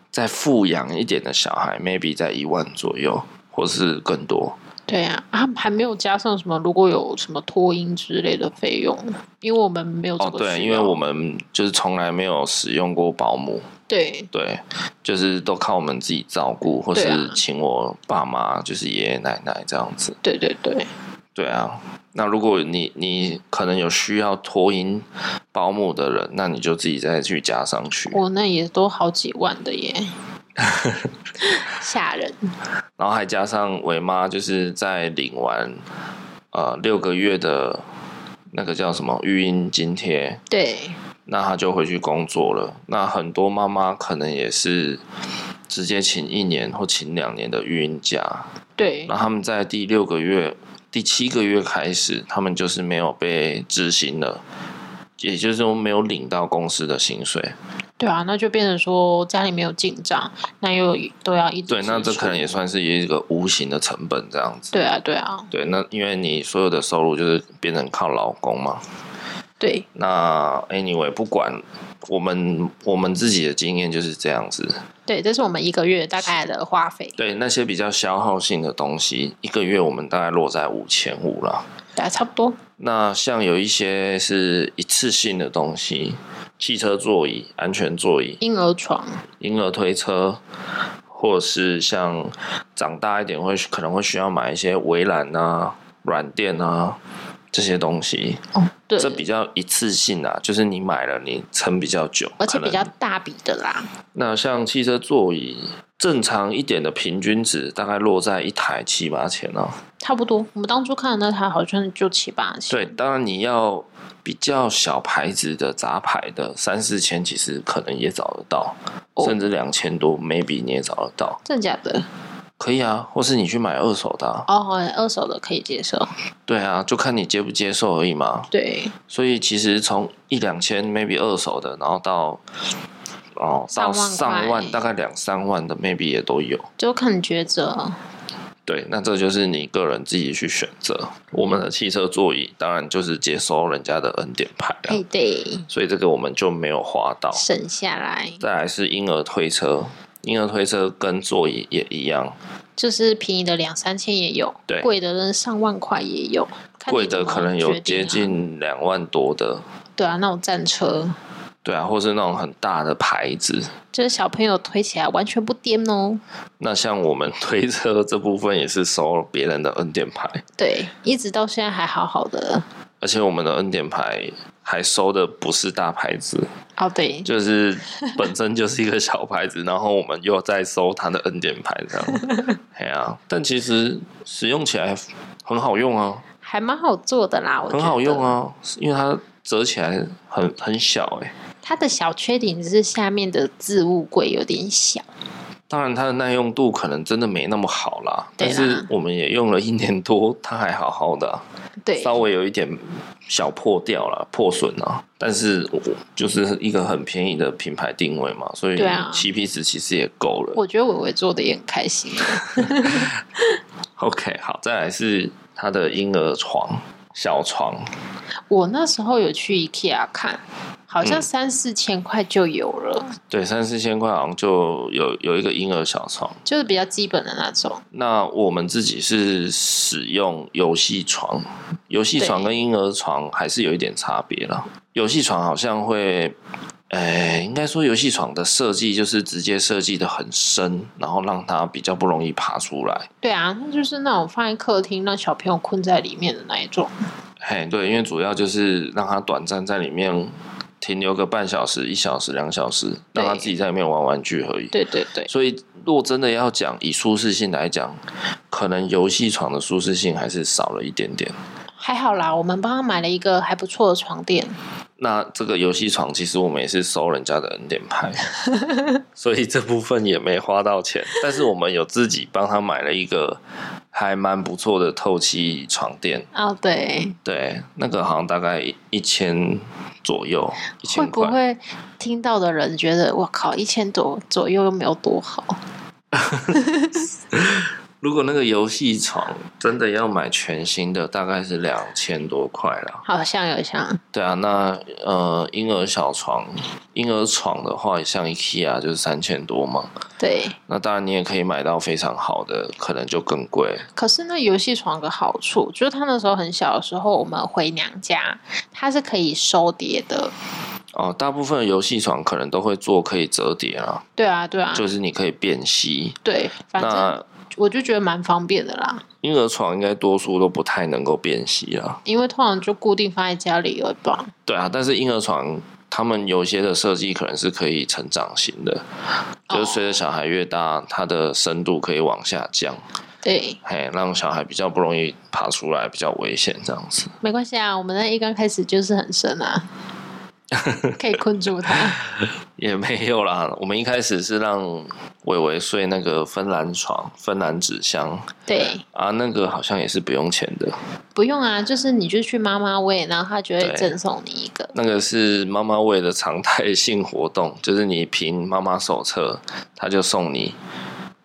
S1: 再富养一点的小孩，maybe 在一万左右，或是更多。
S2: 对啊，啊还没有加上什么，如果有什么托婴之类的费用，因为我们没有这
S1: 哦，
S2: 个需要、
S1: 对，因为我们就是从来没有使用过保姆，
S2: 对
S1: 对，就是都靠我们自己照顾，或
S2: 对啊
S1: 是请我爸妈，就是爷爷奶奶这样子。
S2: 对对对，
S1: 对啊，那如果你你可能有需要托婴保姆的人，那你就自己再去加上去。
S2: 我那也都好几万 的耶，吓人。
S1: 然后还加上伟妈，就是在领完呃六个月的那个叫什么育婴津贴，
S2: 对
S1: 那她就回去工作了。那很多妈妈可能也是直接请一年或请两年的育婴假，
S2: 对
S1: 那他们在第六个月、第七个月开始，他们就是没有被执行了。也就是说，没有领到公司的薪水，
S2: 对啊，那就变成说家里没有进账，那又都要一直
S1: 对，那
S2: 支
S1: 这
S2: 出
S1: 可能也算是一个无形的成本，这样子。
S2: 对啊对啊
S1: 对，那因为你所有的收入就是变成靠劳工嘛。
S2: 对
S1: 那 anyway，不管我们我们自己的经验就是这样子。
S2: 对，这是我们一个月大概的花费，
S1: 对那些比较消耗性的东西，一个月我们大概落在五千五啦。
S2: 对啊，差不多。
S1: 那像有一些是一次性的东西，汽车座椅、安全座椅、
S2: 婴儿床，
S1: 婴儿推车，或是像长大一点会可能会需要买一些围栏啊、软垫啊这些东西，
S2: 哦，对，
S1: 这比较一次性啊，就是你买了你撑比较久，
S2: 而且比较
S1: 可能
S2: 大笔的啦，
S1: 那像汽车座椅。正常一点的平均值大概落在一台七八千哦。
S2: 差不多。我们当初看的那台好像就七八千，
S1: 对，当然你要比较小牌子的杂牌的三四千，其实可能也找得到，
S2: 哦
S1: 甚至两千多，maybe 你也找得到。
S2: 真的假的？
S1: 可以啊，或是你去买二手的、啊，
S2: 哦，二手的可以接受，
S1: 对啊，就看你接不接受而已嘛。
S2: 对，
S1: 所以其实从一两千 maybe 二手的，然后到哦到
S2: 上万块
S1: 上万，大概两三万的 maybe 也都有。
S2: 就看抉择。
S1: 对，那这就是你个人自己去选择。我们的汽车座椅当然就是接收人家的恩典牌啊，
S2: 哎，对，
S1: 所以这个我们就没有花到。
S2: 省下来
S1: 再来是婴儿推车，婴儿推车跟座椅也一样，
S2: 就是便宜的两三千也有，
S1: 对
S2: 贵的那上万块也有，看你
S1: 贵的
S2: 怎么
S1: 可能有
S2: 决定
S1: 接
S2: 啊
S1: 近两万多的，
S2: 对啊，那种战车，
S1: 对啊，或是那种很大的牌子。
S2: 就是小朋友推起来完全不颠哦。
S1: 那像我们 推车这部分也是收别人的恩典牌，
S2: 对，一直到现在还好好的。
S1: 而且我们的恩典牌还收的不是大牌子，
S2: 哦，对，
S1: 就是本身就是一个小牌子，然后我们又在收它的恩典牌这 样。哎呀、但其实使用起来很好用啊，
S2: 还蛮好做的啦，我觉
S1: 很
S2: 得
S1: 好用。啊，因为它折起来很很小哎、
S2: 它的小缺点只是下面的置物柜有点小，
S1: 当然，它的耐用度可能真的没那么好啦，但
S2: 对啦
S1: 是我们也用了一年多，它还好好的啊、
S2: 对，
S1: 稍微有一点小破掉了、破损啊，但是我就是一个很便宜的品牌定位嘛，所以
S2: 对啊
S1: 七 P 值其实也够了。
S2: 我觉得伟伟做的也很开心。
S1: OK，好，再来是它的婴儿床、小床，
S2: 我那时候有去 IKEA 看，好
S1: 嗯
S2: 像三四千块就有了，
S1: 对，三四千块好像就有有一个婴儿小床。
S2: 就是比较基本的那种。
S1: 那我们自己是使用游戏床，游戏床
S2: 对
S1: 跟婴儿床还是有一点差别了。游戏床好像会，诶、应该说游戏床的设计就是直接设计的很深，然后让它比较不容易爬出来。
S2: 对啊，那就是那种放在客厅让小朋友困在里面的那一种。
S1: 嘿，对，因为主要就是让它短暂在里面停留个半小时、一小时、两小时，让它
S2: 对
S1: 自己在里面玩玩具而已。
S2: 对对对，
S1: 所以，若真的要讲以舒适性来讲，可能游戏床的舒适性还是少了一点点。
S2: 还好啦，我们帮他买了一个还不错的床垫。
S1: 那这个游戏床其实我们也是收人家的恩典牌，所以这部分也没花到钱。但是我们有自己帮他买了一个还蛮不错的透气床垫，
S2: 哦，对，
S1: 对，那个好像大概一千左右，一
S2: 会
S1: 千
S2: 不
S1: 块。
S2: 会听到的人觉得我靠，一千多左右又没有多好？
S1: 如果那个游戏床真的要买全新的，大概是两千多块啦。
S2: 好像有像
S1: 对啊，那呃婴儿小床、婴儿床的话，像 IKEA 就是三千多嘛。
S2: 对，
S1: 那当然，你也可以买到非常好的，可能就更贵。
S2: 可是那游戏床有个好处，就是他那时候很小的时候，我们回娘家，它是可以收叠的。
S1: 哦，大部分的游戏床可能都会做可以折叠啦，
S2: 对啊，对啊，
S1: 就是你可以辨析。
S2: 对，反正
S1: 那
S2: 我就觉得蛮方便的啦，
S1: 婴儿床应该多数都不太能够辨析啦。
S2: 因为通常就固定放在家里而已吧。
S1: 对啊，但是婴儿床他们有一些的设计可能是可以成长型的，就是随着小孩越大，它的深度可以往下降，
S2: 对，
S1: 嘿，让小孩比较不容易爬出来，比较危险这样子。
S2: 没关系啊，我们那一刚开始就是很深 啊，可以困住他。
S1: 也没有啦，我们一开始是让伟伟睡那个芬兰床、芬兰纸箱
S2: 对，
S1: 啊，那个好像也是不用钱的。
S2: 不用啊，就是你就去妈妈喂，然后他就会
S1: 对
S2: 赠送你一个。
S1: 那个是妈妈为的常态 性活动，就是你凭妈妈手册，他就送你。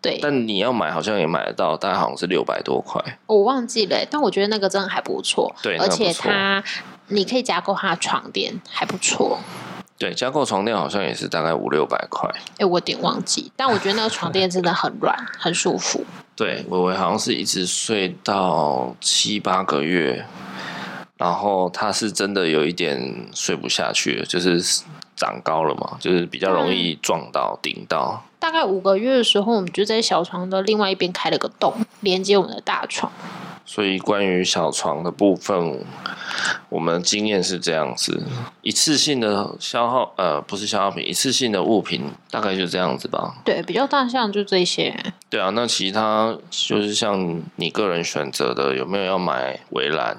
S2: 对，
S1: 但你要买好像也买得到，大概好像是六百多块。
S2: 我忘记了欸、但我觉得那个真的还不错。
S1: 对
S2: 而
S1: 那个
S2: 且
S1: 不错
S2: 它你可以加购它的床垫，还不错。
S1: 对，加购床垫好像也是大概五六百块。
S2: 哎、我有点忘记，但我觉得那个床垫真的很软，很舒服。
S1: 对，伟伟好像是一直睡到七八个月，然后他是真的有一点睡不下去了，就是长高了嘛，就是比较容易撞到、顶到。
S2: 大概五个月的时候，我们就在小床的另外一边开了个洞，连接我们的大床。
S1: 所以关于小床的部分，我们的经验是这样子：一次性的消耗，呃，不是消耗品，一次性的物品大概就这样子吧。
S2: 对，比较大项就这些。
S1: 对啊，那其他就是像你个人选择的，有没有要买围栏，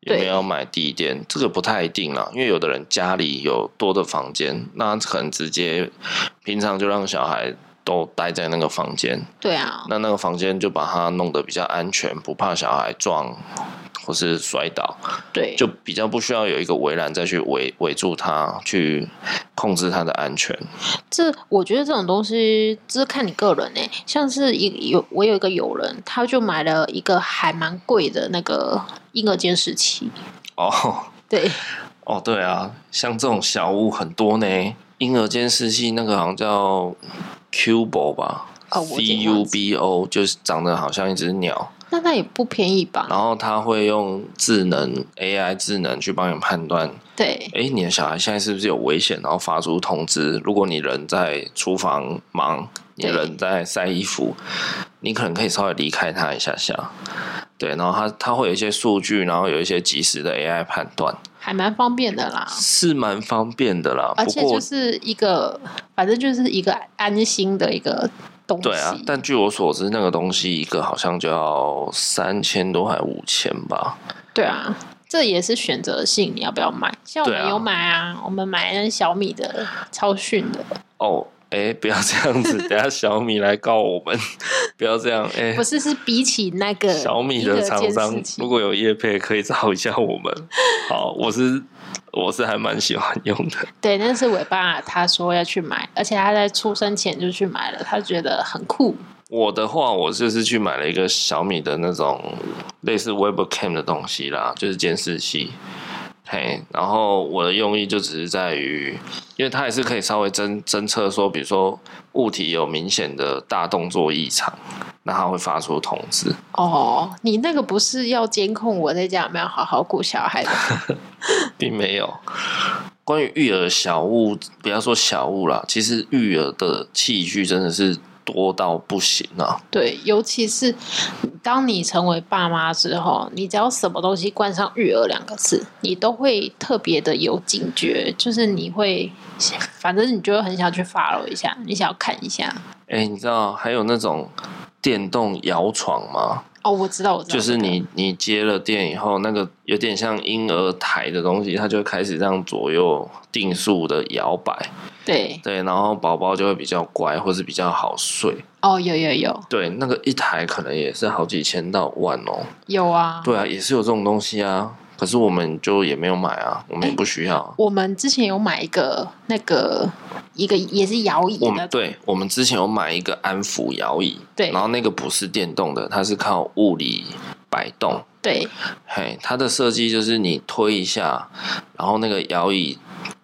S1: 有
S2: 对
S1: 没有要买地垫，这个不太一定啦，因为有的人家里有多的房间，那可能直接平常就让小孩都待在那个房间，
S2: 对啊，
S1: 那那个房间就把它弄得比较安全，不怕小孩撞或是摔倒，
S2: 对，
S1: 就比较不需要有一个围栏再去围围住它，去控制它的安全。
S2: 这我觉得这种东西就是看你个人诶、像是一有我有一个友人，他就买了一个还蛮贵的那个婴儿监视器。
S1: 哦，
S2: 对，
S1: 哦，对啊，像这种小物很多呢。婴儿监视器那个好像叫 Cubo 吧、
S2: 哦
S1: c
S2: 我已经
S1: U
S2: 忘记
S1: B O，就是长得好像一只鸟，
S2: 那那也不便宜吧？
S1: 然后它会用智能 AI 智能去帮你判断，
S2: 对，
S1: 哎，你的小孩现在是不是有危险，然后发出通知。如果你人在厨房忙，你
S2: 对
S1: 人在晒衣服，你可能可以稍微离开他一下下。对，然后它它会有一些数据，然后有一些及时的 AI 判断。
S2: 还蛮方便的啦。
S1: 是蛮方便的啦，
S2: 而
S1: 不
S2: 且
S1: 过
S2: 就是一个，反正就是一个安心的一个东西。
S1: 对啊，但据我所知，那个东西一个好像就要三千多还五千吧。
S2: 对啊这也是选择性，你要不要买？像我
S1: 对
S2: 们
S1: 啊
S2: 有买啊，我们买那小米的超讯的，
S1: 哦，哎，不要这 样子，等下小米来告我们，不要这样，哎
S2: 不。是是比起那 个
S1: 小米
S2: 婴
S1: 的
S2: 儿
S1: 厂
S2: 监
S1: 商
S2: 视器
S1: 如果有业配，可以找一下我们。好，我是我是还蛮喜欢用的。
S2: 对，那是尾巴他说要去买，而且他在出生前就去买了，他觉得很酷。
S1: 我的话，我就是去买了一个小米的那种类似 Webcam 的东西啦，就是监视器。嘿，然后我的用意就只是在于，因为它也是可以稍微侦侦测说，比如说物体有明显的大动作异常，那它会发出通知。
S2: 哦，你那个不是要监控我在家有没有好好顾小孩的？
S1: 并没有。关于育儿小物，不要说小物啦，其实育儿的器具真的是多到不行啊。
S2: 对，尤其是当你成为爸妈之后，你只要什么东西冠上“育儿”两个字，你都会特别的有警觉，就是你会，反正你就会很想去 follow 一下，你想要看一下。
S1: 哎、你知道还有那种电动摇床吗？
S2: 哦，我知道，我知道，
S1: 就是你你接了电以后，那个有点像婴儿台的东西，它就会开始这样左右定速的摇摆，
S2: 对，
S1: 对，然后宝宝就会比较乖，或是比较好睡。
S2: 哦，有有有
S1: 对，那个一台可能也是好几千到万哦、
S2: 有啊。
S1: 对啊，也是有这种东西啊，可是我们就也没有买啊，我们也不需要啊。
S2: 我们之前有买一个那个一个也是摇椅
S1: 我
S2: 的
S1: 们，对我们之前有买一个安抚摇椅，
S2: 对
S1: 然后那个不是电动的，它是靠物理摆动，
S2: 对
S1: 嘿，它的设计就是你推一下，然后那个摇椅。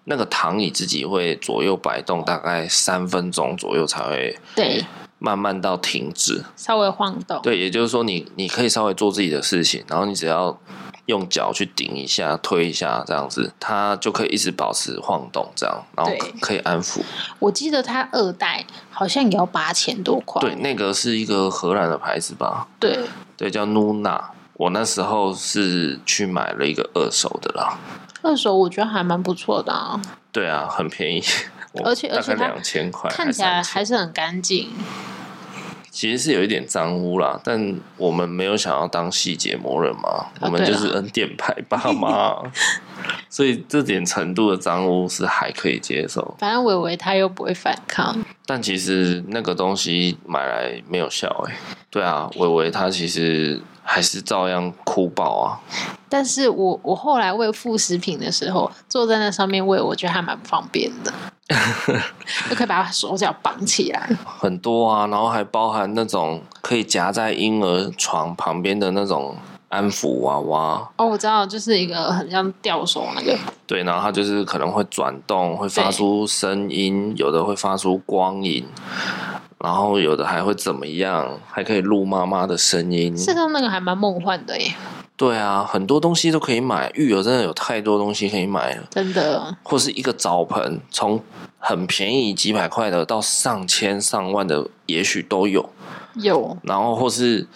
S1: 那个躺椅自己会左右摆动，大概三分钟左右才会
S2: 对，
S1: 慢慢到停止。
S2: 稍微晃动，
S1: 对，也就是说你你可以稍微做自己的事情，然后你只要用脚去顶一下、推一下这样子，它就可以一直保持晃动这样，然后
S2: 对
S1: 可可以安抚。
S2: 我记得它二代好像也要八千多块，
S1: 对，那个是一个荷兰的牌子吧？
S2: 对
S1: 对，叫 Nuna。我那时候是去买了一个二手的啦，
S2: 二手我觉得还蛮不错的啊，
S1: 对啊，很便宜，我
S2: 而且
S1: 大
S2: 而
S1: 概
S2: 且它
S1: 两千块，
S2: 看起来
S1: 3000
S2: 还是很干净。
S1: 其实是有一点脏污啦，但我们没有想要当细节魔人嘛，我们
S2: 啊对
S1: 就
S2: 啦
S1: 是恩典牌爸 妈，所以这点程度的脏污是还可以接受，
S2: 反正伟伟他又不会反抗，
S1: 但其实那个东西买来没有效诶、对啊，伟伟他其实还是照样哭爆啊，
S2: 但是我我后来喂副食品的时候，坐在那上面喂，我觉得还蛮方便的，就可以把他手脚绑起来。
S1: 很多啊，然后还包含那种可以夹在婴儿床旁边的那种安抚娃娃，
S2: 哦，我知道，就是一个很像吊手那个，
S1: 对，然后它就是可能会转动，会发
S2: 对
S1: 出声音，有的会发出光影，然后有的还会怎么样，还可以录妈妈的声音。
S2: 事实上那个还蛮梦幻的耶。
S1: 对啊，很多东西都可以买，育儿真的有太多东西可以买了，
S2: 真的，
S1: 或是一个澡盆，从很便宜几百块的到上千上万的，也许都有。
S2: 有
S1: 然后或是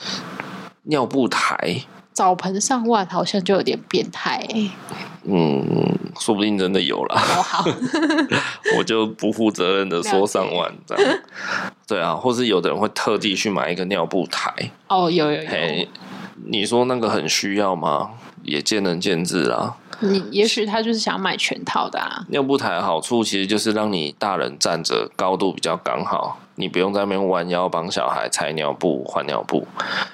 S1: 尿布台，
S2: 澡盆上万好像就有点变态、欸。
S1: 嗯，说不定真的有啦，
S2: 哦，好，
S1: 我就不负责任的说
S2: 了解
S1: 上万这样。对啊，或是有的人会特地去买一个尿布台，
S2: 哦，有有有，
S1: 嘿，你说那个很需要吗？也见仁见智啦。
S2: 你也许他就是想买全套的啊。
S1: 尿布台的好处其实就是让你大人站着高度比较刚好，你不用在那边弯腰帮小孩拆尿布、换尿布。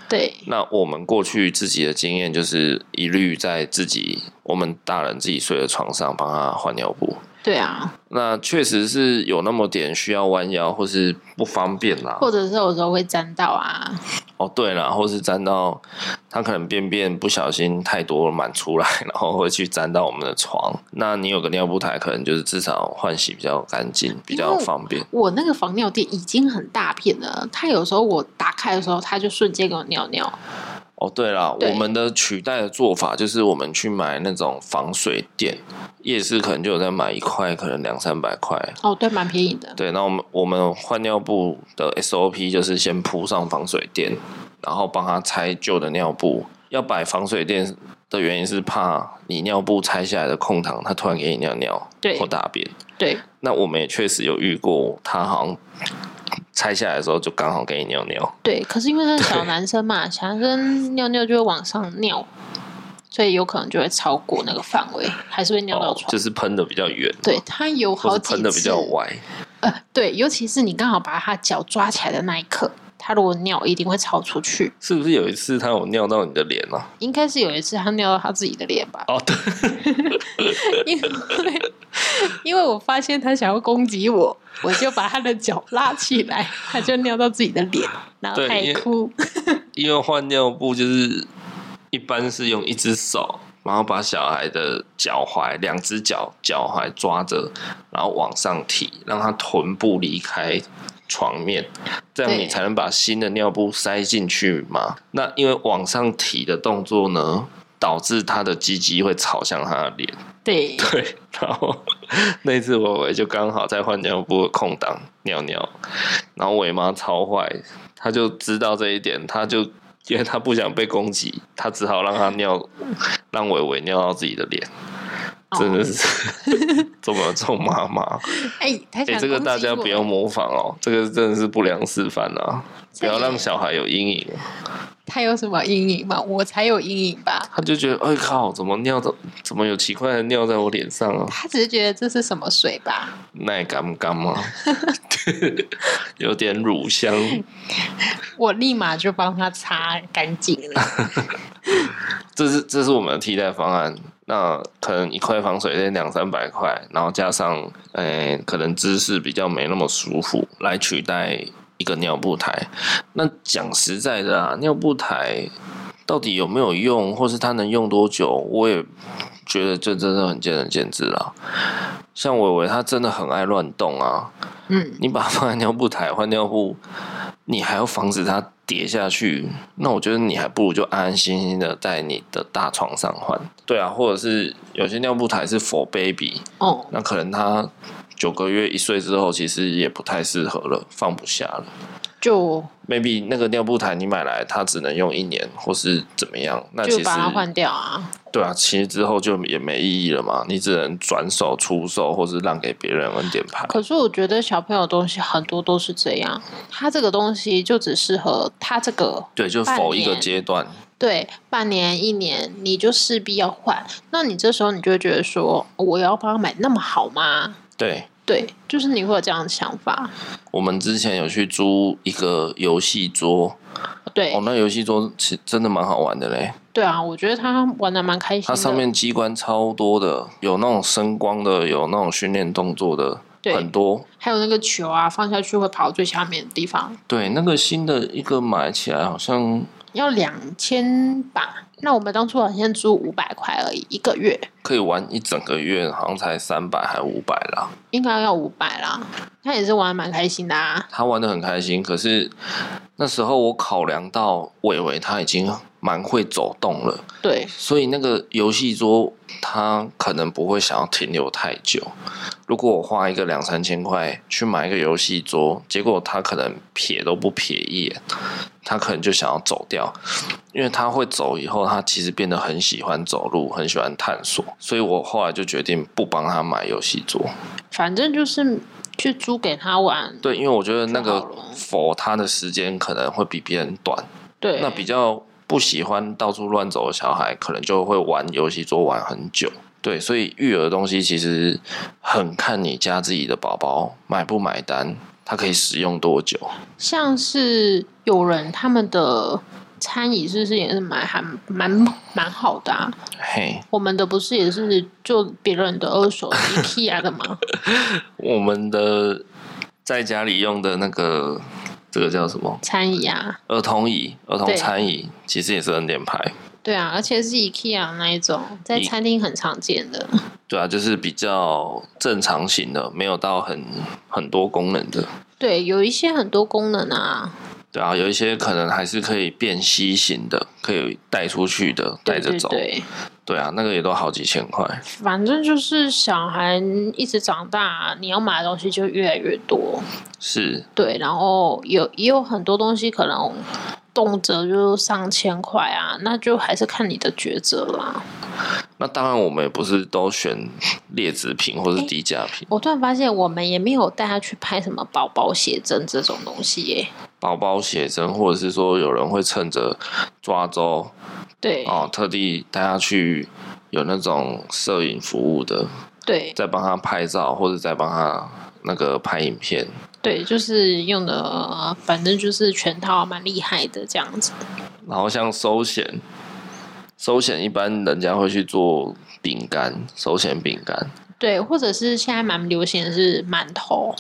S2: 对，
S1: 那我们过去自己的经验就是一律在自己我们大人自己睡的床上帮他换尿布。
S2: 对啊，
S1: 那确实是有那么点需要弯腰或是不方便啦。
S2: 或者是有时候会沾到啊。
S1: 哦，对啦，或是沾到他可能便便不小心太多满出来， 然后会去沾到我们的床。那你有个尿布台，可能就是至少换洗比较干净，比较方便。
S2: 我那个防尿垫已经很大片了，它有时候我打开的时候，它就瞬间给我尿尿。
S1: 哦，对啦，
S2: 对
S1: 我们的取代的做法就是我们去买那种防水垫，夜市可能就有在买一块，可能两三百块。
S2: 哦，对，蛮便宜的。
S1: 对，那我们我们换尿布的 SOP 就是先铺上防水垫，然后帮他拆旧的尿布。要摆防水垫的原因是怕你尿布拆下来的空档，他突然给你尿尿
S2: 对
S1: 或大便。
S2: 对，
S1: 那我们也确实有遇过，他好像拆下来的时候就刚好给你尿尿。
S2: 对，可是因为他是小
S1: 对
S2: 男生嘛，小男生尿尿就会往上尿，所以有可能就会超过那个范围，还是会尿到
S1: 哦，
S2: 床。
S1: 就是喷的比较远，
S2: 对他有
S1: 或
S2: 好
S1: 是
S2: 几
S1: 喷
S2: 次
S1: 的比较歪。
S2: 呃，对，尤其是你刚好把他脚抓起来的那一刻，他如果尿一定会超出去。
S1: 是不是有一次他有尿到你的脸啊？
S2: 应该是有一次他尿到他自己的脸吧，
S1: 哦，对，
S2: 因为因为我发现他想要攻击我，我就把他的脚拉起来，他就尿到自己的脸，然后
S1: 对
S2: 他也
S1: 因为
S2: 哭。
S1: 因为换尿布就是一般是用一只手，然后把小孩的脚踝、两只脚脚踝抓着，然后往上提，让他臀部离开床面，这样
S2: 对
S1: 你才能把新的尿布塞进去嘛。那因为往上提的动作呢，导致他的鸡鸡会朝向他的脸。
S2: 对，
S1: 对，然后那次我伟就刚好在换尿布的空档尿尿，然后伟妈超坏，她就知道这一点，她就因为她不想被攻击，她只好让她尿，让伟伟尿到自己的脸，真的是 这么重妈妈，
S2: 哎、他
S1: 哎、
S2: 想、
S1: 这个大家不要，模仿哦，这个真的是不良示范啊，不要让小孩有阴影，
S2: 他有什么阴影吗？我才有阴影吧。
S1: 他就觉得哎靠，怎么尿到，怎么有奇怪的尿在我脸上啊？
S2: 他只是觉得这是什么水吧？
S1: 耐干干吗？ 有点乳香，
S2: 我立马就帮他擦干净了。
S1: 这是这是我们的替代方案。那可能一块防水垫两三百块，然后加上诶、呃可能姿势比较没那么舒服，来取代一个尿布台。那讲实在的啊，尿布台到底有没有用，或是它能用多久，我也觉得这真的很见仁见智啦。像伟伟他真的很爱乱动啊，
S2: 嗯，
S1: 你把它放在尿布台换尿布，你还要防止它跌下去，那我觉得你还不如就安安心心的在你的大床上换。对啊，或者是有些尿布台是 for baby，
S2: 哦，
S1: 那可能他九个月一岁之后，其实也不太适合了，放不下了。
S2: 就
S1: maybe 那个尿布台你买来，它只能用一年，或是怎么样？ 那其
S2: 就
S1: 实
S2: 把它换掉啊。
S1: 对啊，其实之后就也没意义了嘛，你只能转手出售，或是让给别人恩典牌。
S2: 可是我觉得小朋友的东西很多都是这样，他这个东西就只适合他这个
S1: 对，就
S2: 半
S1: 否一个
S2: 年
S1: 阶段。
S2: 对半年一年，你就势必要换。那你这时候你就会觉得说，我要帮他买那么好吗？
S1: 对，
S2: 对，就是你会有这样的想法。
S1: 我们之前有去租一个游戏桌，
S2: 对、
S1: 哦，那游戏桌其实真的蛮好玩的嘞。
S2: 对啊，我觉得他玩的蛮开心的。
S1: 它上面机关超多的，有那种声光的，有那种训练动作的，
S2: 对
S1: 很多。
S2: 还有那个球啊，放下去会跑到最下面的地方，
S1: 对，那个新的一个买起来好像
S2: 要两千吧。那我们当初好像租五百块而已，一个月
S1: 可以玩一整个月，好像才三百还五百啦。
S2: 应该要五百啦。他也是玩的蛮开心的啊。
S1: 他玩的很开心，可是那时候我考量到伟伟他已经蛮会走动了，
S2: 对，
S1: 所以那个游戏桌它可能不会想要停留太久。如果我花一个两三千块去买一个游戏桌，结果他可能瞥都不瞥一眼，他可能就想要走掉，因为他会走以后，他其实变得很喜欢走路，很喜欢探索，所以我后来就决定不帮他买游戏桌。
S2: 反正就是去租给他玩，
S1: 对，因为我觉得那
S2: 就
S1: 个
S2: 好了
S1: 否他的时间可能会比别人短，
S2: 对，
S1: 那比较不喜欢到处乱走的小孩，可能就会玩游戏桌玩很久。对，所以育儿的东西其实很看你家自己的宝宝买不买单，他可以使用多久。
S2: 像是有人他们的餐椅是不是也是蛮还蛮蛮好的啊？
S1: 嘿，
S2: 我们的不是也是就别人的二手 IKEA 的吗？
S1: 我们的在家里用的那个这个叫什么
S2: 餐椅啊，
S1: 儿童椅、儿童
S2: 对
S1: 餐椅，其实也是恩典牌。
S2: 对啊，而且是 IKEA 那一种，在
S1: 一
S2: 餐厅很常见的。
S1: 对啊，就是比较正常型的，没有到很很多功能的。
S2: 对，有一些很多功能啊，
S1: 对啊，有一些可能还是可以变吸型的，可以带出去的，带
S2: 对
S1: 着
S2: 对
S1: 走。
S2: 对，
S1: 对啊，那个也都好几千块。
S2: 反正就是小孩一直长大，你要买的东西就越来越多。
S1: 是，
S2: 对，然后有也有很多东西可能动辄就上千块啊，那就还是看你的抉择啦。
S1: 那当然我们也不是都选劣质品或是低价品，
S2: 我突然发现，我们也没有带他去拍什么宝宝写真这种东西耶。
S1: 包包、写真，或者是说有人会趁着抓周
S2: 对、
S1: 哦，特地带他去有那种摄影服务的，
S2: 对
S1: 再帮他拍照，或者再帮他那个拍影片。
S2: 对，就是用的，反正就是全套蛮厉害的这样子。
S1: 然后像收钱，收钱一般人家会去做饼干，收钱饼干。
S2: 对，或者是现在蛮流行的是馒头，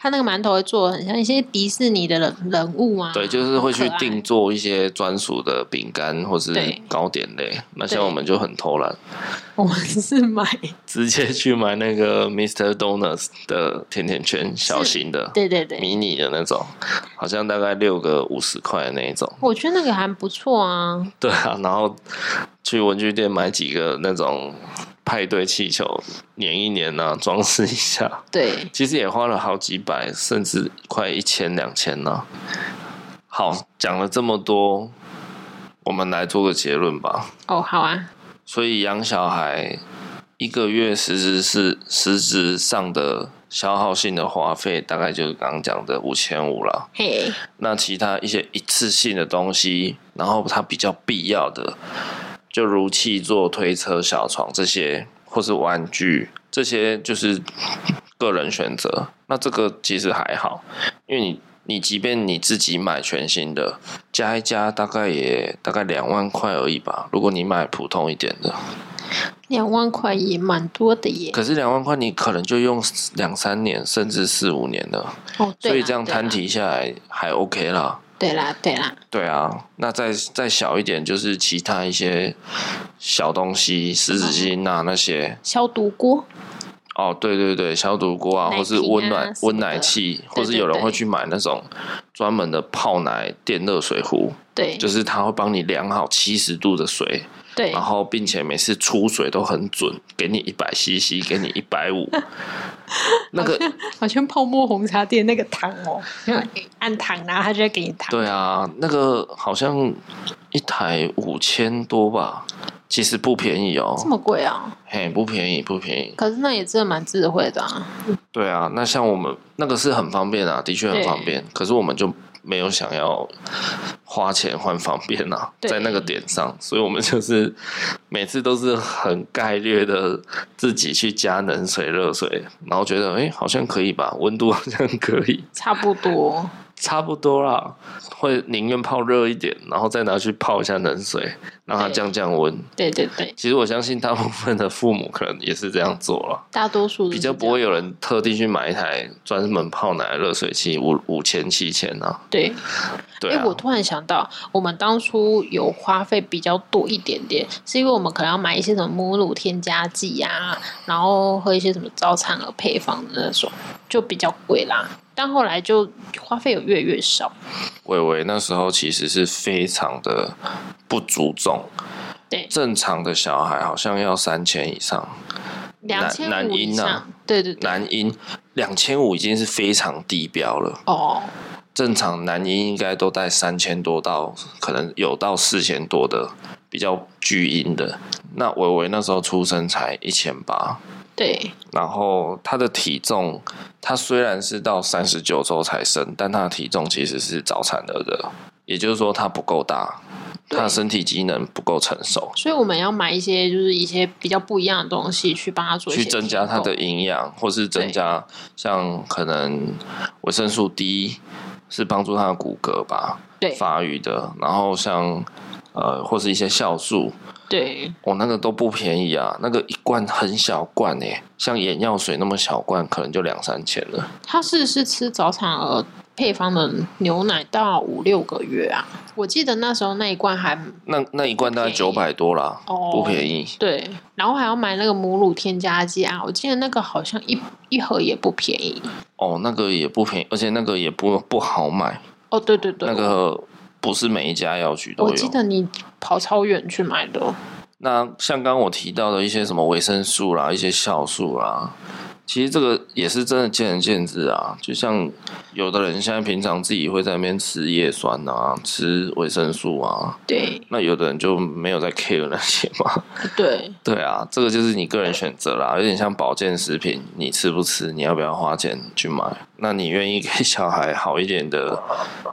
S2: 他那个馒头会做得很像一些迪士尼的人人物啊。
S1: 对，就是会去
S2: 很可爱
S1: 定做一些专属的饼干或是
S2: 对
S1: 糕点类。那
S2: 对
S1: 像我们就很偷懒，
S2: 我们是买，
S1: 直接去买那个 Mr. Donuts 的甜甜圈，小型的、
S2: 对对对，
S1: 迷你的那种，好像大概六个五十块的那一种。
S2: 我觉得那个还不错啊。
S1: 对啊，然后去文具店买几个那种派对气球，粘一粘啊，装饰一下。
S2: 对，
S1: 其实也花了好几百，甚至快一千、两千呢。好，讲了这么多，我们来做个结论吧。
S2: 哦，好啊，
S1: 所以养小孩一个月实质是实质上的消耗性的花费，大概就是刚刚讲的五千五啦。
S2: 嘿，
S1: 那其他一些一次性的东西，然后它比较必要的，就如气座、推车、小床这些，或是玩具这些，就是个人选择。那这个其实还好，因为你你即便你自己买全新的，加一加大概也大概两万块而已吧。如果你买普通一点的，
S2: 两万块也蛮多的耶。
S1: 可是两万块你可能就用两三年甚至四五年了，
S2: 哦，对
S1: 所以
S2: 啦
S1: 这样
S2: 对
S1: 摊
S2: 啦
S1: 提下来还 OK 啦。
S2: 对啦，对啦，
S1: 对啊，那再再小一点就是其他一些小东西，湿纸巾啊那些。
S2: 消毒锅，
S1: 哦，对对对，消毒锅啊，
S2: 奶瓶啊
S1: 或是温暖
S2: 什么的
S1: 温奶器，或是有人会去买那种专门的泡奶电热水壶，
S2: 对，
S1: 就是它会帮你量好七十度的水，
S2: 对
S1: 然，后并且每次出水都很准，给你一百 CC，给你一百 五。那个
S2: 好像泡沫红茶店那个糖哦，按糖然后他就会给你糖。
S1: 对啊，那个好像一台五千多吧，其实不便宜哦。
S2: 这么贵啊！
S1: 嘿，不便宜，不便宜。
S2: 可是那也真的蛮智慧的啊。
S1: 对啊，那像我们那个是很方便啊，的确很
S2: 对
S1: 方便。可是我们就没有想要花钱换方便啊，
S2: 对
S1: 在那个点上，所以我们就是每次都是很概略的自己去加冷水、热水，然后觉得诶好像可以吧，温度好像可以，
S2: 差不多。
S1: 差不多啦，会宁愿泡热一点，然后再拿去泡一下冷水，让它
S2: 对
S1: 降降温。
S2: 对对对，
S1: 其实我相信大部分的父母可能也是这样做了。
S2: 大多数都
S1: 比
S2: 是
S1: 较
S2: 这
S1: 不会
S2: 样
S1: 有人特地去买一台专门泡奶的热水器，五五千七千啊，
S2: 对。
S1: 对
S2: 哎、
S1: 啊，
S2: 我突然想到，我们当初有花费比较多一点点，是因为我们可能要买一些什么母乳添加剂呀、然后喝一些什么早产儿配方的那种，就比较贵啦。但后来就花费有越来越少。
S1: 伟伟那时候其实是非常的不注重，
S2: 对，
S1: 正常的小孩好像要三千以上，
S2: 两千
S1: 男
S2: 五以
S1: 音
S2: 上，
S1: 啊
S2: 对对对，
S1: 男音两千五已经是非常低标了。
S2: 哦，
S1: 正常男音应该都在三千多到可能有到四千多的比较巨音的。那伟伟那时候出生才一千八，
S2: 对，
S1: 然后他的体重，他虽然是到三十九周才生，但他的体重其实是早产儿的，也就是说他不够大，
S2: 对
S1: 他的身体机能不够成熟，
S2: 所以我们要买一些就是一些比较不一样的东西去帮他做一些
S1: 去增加
S2: 提
S1: 它的
S2: 供
S1: 营养，或是增加像可能维生素 D 是帮助它的骨骼吧
S2: 对
S1: 发育的，然后像呃或是一些酵素，
S2: 对
S1: 哦那个都不便宜啊，那个一罐很小罐诶、像眼药水那么小罐，可能就两三千了。
S2: 他是是吃早产儿配方的牛奶到五六个月啊，我记得那时候那一罐还
S1: 那那一罐大概九
S2: 不
S1: 百多啦，
S2: 哦
S1: 不便宜。
S2: 对，然后还要买那个母乳添加剂啊，我记得那个好像一一盒也不便宜。
S1: 哦，那个也不便宜，而且那个也不不好买，
S2: 哦，对对对，
S1: 那个不是每一家药局都
S2: 我记
S1: 有。
S2: 得你跑超远去买的，
S1: 那像刚刚我提到的一些什么维生素啦、一些酵素啦，其实这个也是真的见仁见智啊。就像有的人现在平常自己会在那边吃叶酸啊、吃维生素啊，
S2: 对
S1: 那有的人就没有在 care 那些嘛。
S2: 对
S1: 对啊，这个就是你个人选择啦，有点像保健食品，你吃不吃，你要不要花钱去买？那你愿意给小孩好一点的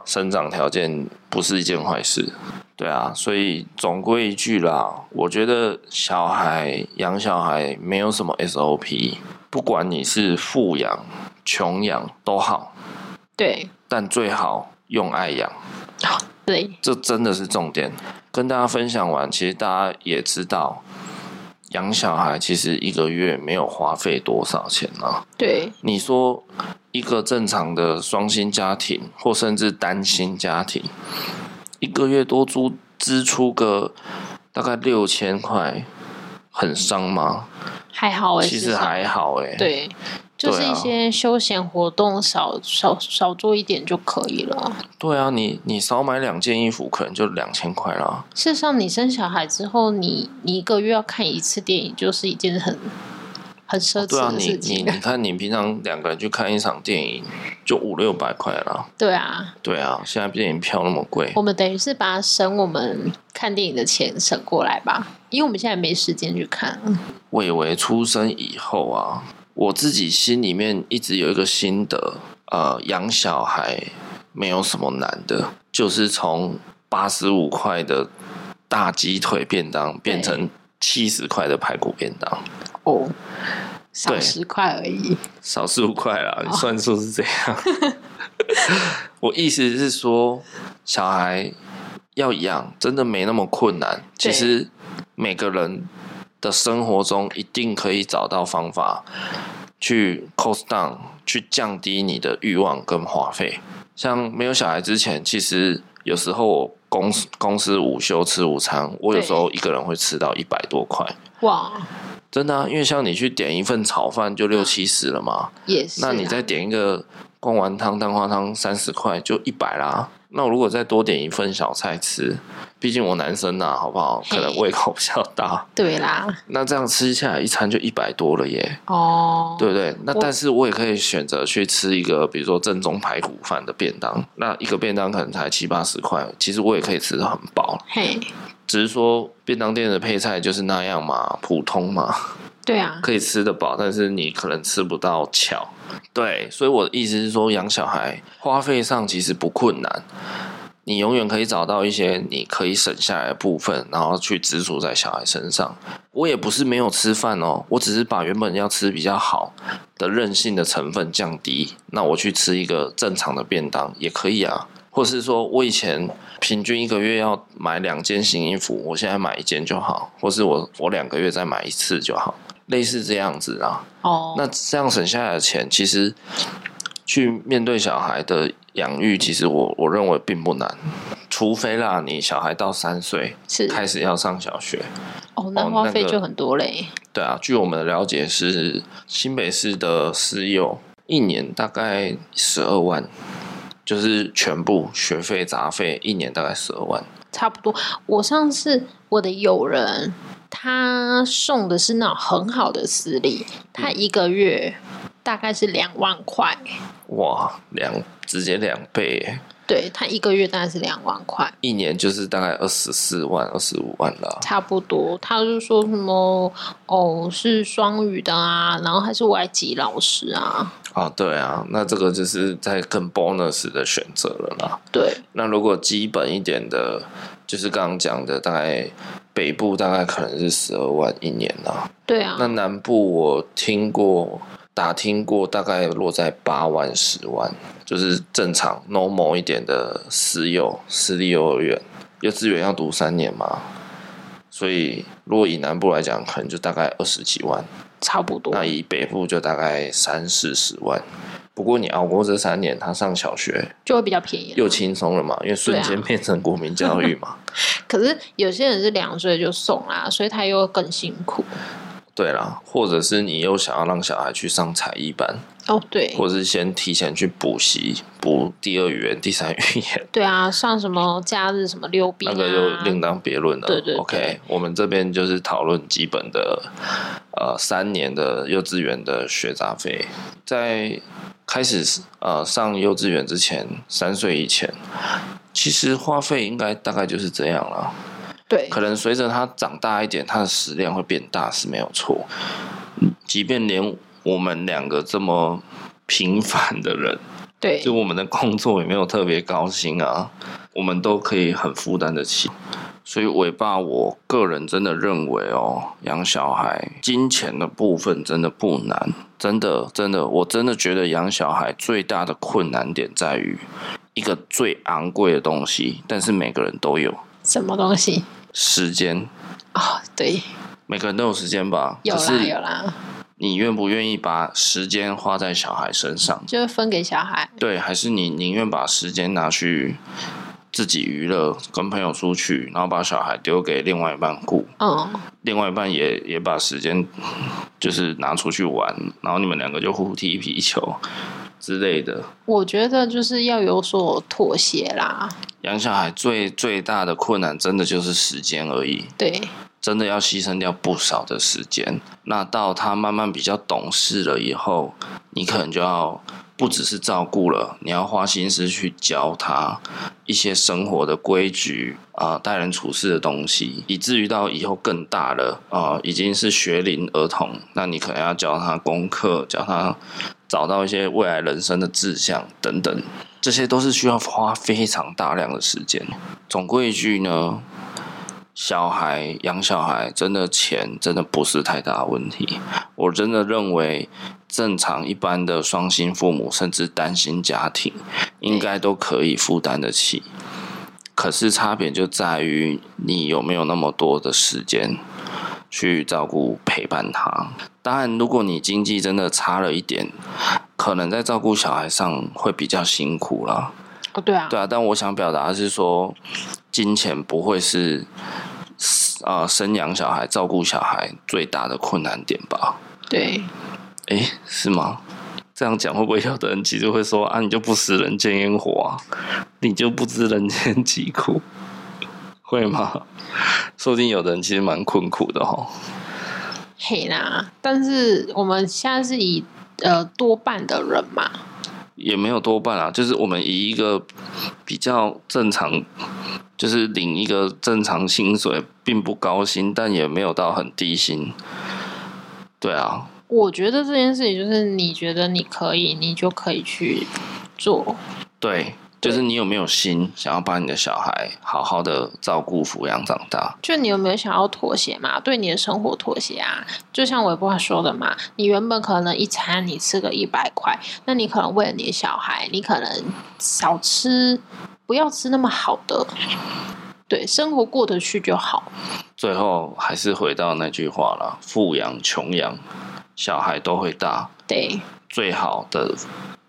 S1: 生长条件，不是一件坏事。对啊，所以总归一句啦，我觉得小孩养小孩没有什么 SOP，不管你是富养、穷养都好，
S2: 对
S1: 但最好用爱养。
S2: 对，
S1: 这真的是重点。跟大家分享完，其实大家也知道，养小孩其实一个月没有花费多少钱啊。
S2: 对
S1: 你说一个正常的双薪家庭，或甚至单薪家庭，一个月多租支出个大概六千块，很伤吗？
S2: 还好哎、
S1: 其实还好欸诶、
S2: 对，就是
S1: 对啊
S2: 一些休闲活动少少少做一点就可以了。
S1: 对啊，你你少买两件衣服，可能就两千块啦。
S2: 事实上，你生小孩之后，你你一个月要看一次电影，就是一件很很奢
S1: 对啊
S2: 侈，的
S1: 你
S2: 事
S1: 你
S2: 情。
S1: 你看，你平常两个人去看一场电影就五六百块啦。
S2: 对啊，
S1: 对啊，现在电影票那么贵
S2: 我，们等于是把省我们看电影的钱省过来吧，因为我们现在没时间去看。
S1: 我以为出生以后啊，我自己心里面一直有一个心得，呃，养小孩没有什么难的，就是从八十五块的大鸡腿便当变成七十块的排骨便当，
S2: 哦，少
S1: 对
S2: 十块而已。
S1: 少十五块啦，你算数是这样。我意思是说，小孩要养真的没那么困难。其
S2: 对
S1: 实每个人的生活中一定可以找到方法去 cost down，去降低你的欲望跟花费。像没有小孩之前，其实有时候我公司公司午休吃午餐，我有时候一个人会吃到一百多块，
S2: 哇，
S1: 真的、啊，因为像你去点一份炒饭就六七十了嘛。
S2: 也是、啊。
S1: 那你再点一个贡丸汤、蛋花汤，三十块就一百啦。那我如果再多点一份小菜吃，毕竟我男生呐、好不好？
S2: 嘿
S1: 可能胃口比较大，
S2: 对啦，
S1: 那这样吃下来一餐就一百多了耶，
S2: 哦，
S1: 对不对？那但是我也可以选择去吃一个，比如说正宗排骨饭的便当，那一个便当可能才七八十块，其实我也可以吃的很饱，
S2: 嘿，
S1: 只是说便当店的配菜就是那样嘛，普通嘛。
S2: 对啊，
S1: 可以吃得饱，但是你可能吃不到巧。对，所以我的意思是说，养小孩花费上其实不困难，你永远可以找到一些你可以省下来的部分，然后去支出在小孩身上。我也不是没有吃饭哦，我只是把原本要吃比较好的任性的成分降低，那我去吃一个正常的便当也可以啊。或是说我以前平均一个月要买两件新衣服，我现在买一件就好，或是我我两个月再买一次就好，类似这样子啊。
S2: 哦，
S1: 那这样省下来的钱，其实去面对小孩的养育，其实我我认为并不难，除非啦，你小孩到三岁
S2: 是
S1: 开始要上小学。
S2: 哦，那
S1: 哦
S2: 花
S1: 那
S2: 费
S1: 个
S2: 就很多嘞。
S1: 对啊，据我们的了解是新北市的私幼一年大概十二万，就是全部学费杂费，一年大概十二万。
S2: 差不多。我上次我的友人他送的是那种很好的私立，他一个月大概是两万块，
S1: 哇，两直接两倍耶，
S2: 对他一个月大概是两万块。
S1: 一年就是大概二十四万、二十五万了。
S2: 差不多，他就说什么哦是双语的啊，然后还是外籍老师啊，
S1: 啊，对啊，那这个就是在更 bonus 的选择了啦。
S2: 对
S1: 那如果基本一点的，就是刚刚讲的，大概北部大概可能是十二万一年啦。
S2: 对啊，
S1: 那南部我听过打听过，大概落在八万、十万，就是正常 normal 一点的私幼私立幼儿园，幼稚园要读三年嘛。所以，如果以南部来讲，可能就大概二十几万。
S2: 差不多
S1: 那以北部就大概三四十万。不过你熬过这三年，他上小学
S2: 就会比较便宜啊。
S1: 又轻松了嘛，因为瞬
S2: 对
S1: 间
S2: 啊
S1: 变成国民教育嘛。
S2: 可是有些人是两岁就送啦，所以他又更辛苦。
S1: 对啦，或者是你又想要让小孩去上才艺班，
S2: 哦，对
S1: 或者是先提前去补习补第二语言、第三语言，
S2: 对啊，上什么假日什么溜冰
S1: 那
S2: 啊，
S1: 个又另当别论了。
S2: 对对对
S1: OK，我们这边就是讨论基本的，呃，三年的幼稚园的学杂费，在开始呃上幼稚园之前，三岁以前，其实花费应该大概就是这样了。
S2: 对
S1: 可能随着他长大一点，他的食量会变大是没有错。即便连我们两个这么平凡的人，
S2: 对
S1: 就我们的工作也没有特别高薪啊，我们都可以很负担得起。所以伟爸，我个人真的认为哦，养小孩金钱的部分真的不难，真的真的，我真的觉得养小孩最大的困难点在于一个最昂贵的东西，但是每个人都有
S2: 什么东西
S1: 时间。
S2: 哦，对，
S1: 每个人都有时间吧，
S2: 有
S1: 只
S2: 啦有
S1: 是
S2: 啦，
S1: 你愿不愿意把时间花在小孩身上？
S2: 就是分给小孩。
S1: 对，还是你宁愿把时间拿去自己娱乐，跟朋友出去，然后把小孩丢给另外一半顾，
S2: 嗯，
S1: 另外一半也也把时间就是拿出去玩，然后你们两个就互踢皮球之类的。
S2: 我觉得就是要有所妥协啦。
S1: 养小孩最最大的困难，真的就是时间而已。
S2: 对
S1: 真的要牺牲掉不少的时间。那到他慢慢比较懂事了以后，你可能就要不只是照顾了，你要花心思去教他一些生活的规矩啊、待人处事的东西，以至于到以后更大了啊、已经是学龄儿童，那你可能要教他功课，教他找到一些未来人生的志向等等。这些都是需要花非常大量的时间。总归一句呢，小孩养小孩，真的钱真的不是太大的问题。我真的认为，正常一般的双薪父母，甚至单薪家庭，应该都可以负担得起。可是差别就在于你有没有那么多的时间去照顾陪伴他。当然，如果你经济真的差了一点，可能在照顾小孩上会比较辛苦啦。
S2: 哦，对啊，
S1: 对啊，但我想表达的是说，金钱不会是啊、呃生养小孩、照顾小孩最大的困难点吧？
S2: 对
S1: 诶，是吗？这样讲会不会有的人其实会说啊，你就不食人间烟火啊，你就不知人间疾苦， 会吗？说不定有的人其实蛮困苦的哦。
S2: 嘿啦。但是我们现在是以呃多半的人嘛，
S1: 也没有多半啊，就是我们以一个比较正常，就是领一个正常薪水，并不高薪，但也没有到很低薪。对啊，
S2: 我觉得这件事情就是你觉得你可以，你就可以去做。
S1: 对，就是你有没有心想要把你的小孩好好的照顾、抚养长大？
S2: 就你有没有想要妥协嘛？对你的生活妥协啊？就像我爸说的嘛，你原本可能一餐你吃个一百块，那你可能为了你的小孩，你可能少吃，不要吃那么好的，对，生活过得去就好。
S1: 最后还是回到那句话了：富养、穷养，小孩都会大。
S2: 对
S1: 最好的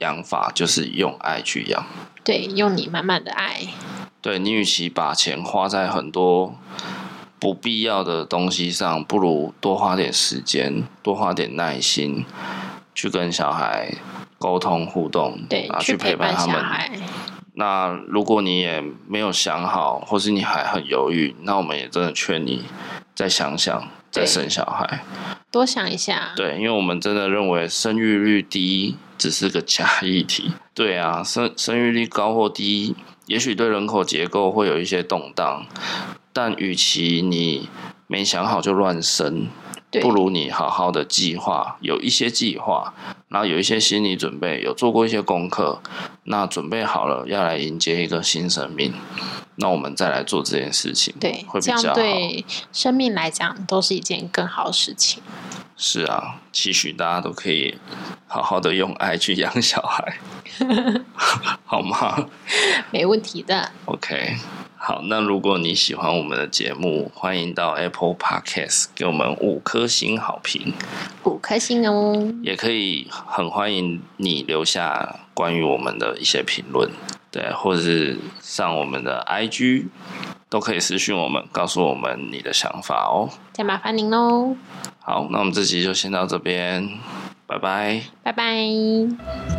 S1: 养法就是用爱去养。
S2: 对，用你满满的爱，
S1: 对你，与其把钱花在很多不必要的东西上，不如多花点时间，多花点耐心，去跟小孩沟通互动，
S2: 对
S1: 然，后
S2: 去
S1: 啊陪
S2: 伴
S1: 他
S2: 小
S1: 们。
S2: 孩，
S1: 那如果你也没有想好，或是你还很犹豫，那我们也真的劝你再想想，再
S2: 对
S1: 生小孩。
S2: 多想一下，
S1: 对，因为我们真的认为生育率低只是个假议题。对啊，生生育率高或低，也许对人口结构会有一些动荡，但与其你没想好就乱生，
S2: 对，
S1: 不如你好好的计划，有一些计划，然后有一些心理准备，有做过一些功课，那准备好了要来迎接一个新生命，那我们再来做这件事情，
S2: 对
S1: 会，比
S2: 这样
S1: 较好。
S2: 对生命来讲都是一件更好的事情。
S1: 是啊，期许大家都可以好好的用爱去养小孩，好吗
S2: 没问题的，
S1: ？OK，好，那如果你喜欢我们的节目，欢迎到 Apple Podcast 给我们五颗星好评，
S2: 五颗星哦，
S1: 也可以很欢迎你留下关于我们的一些评论，对，或者是上我们的 IG。都可以私讯我们，告诉我们你的想法哦。
S2: 再麻烦您哦喽，
S1: 好，那我们这集就先到这边，拜拜。
S2: 拜拜。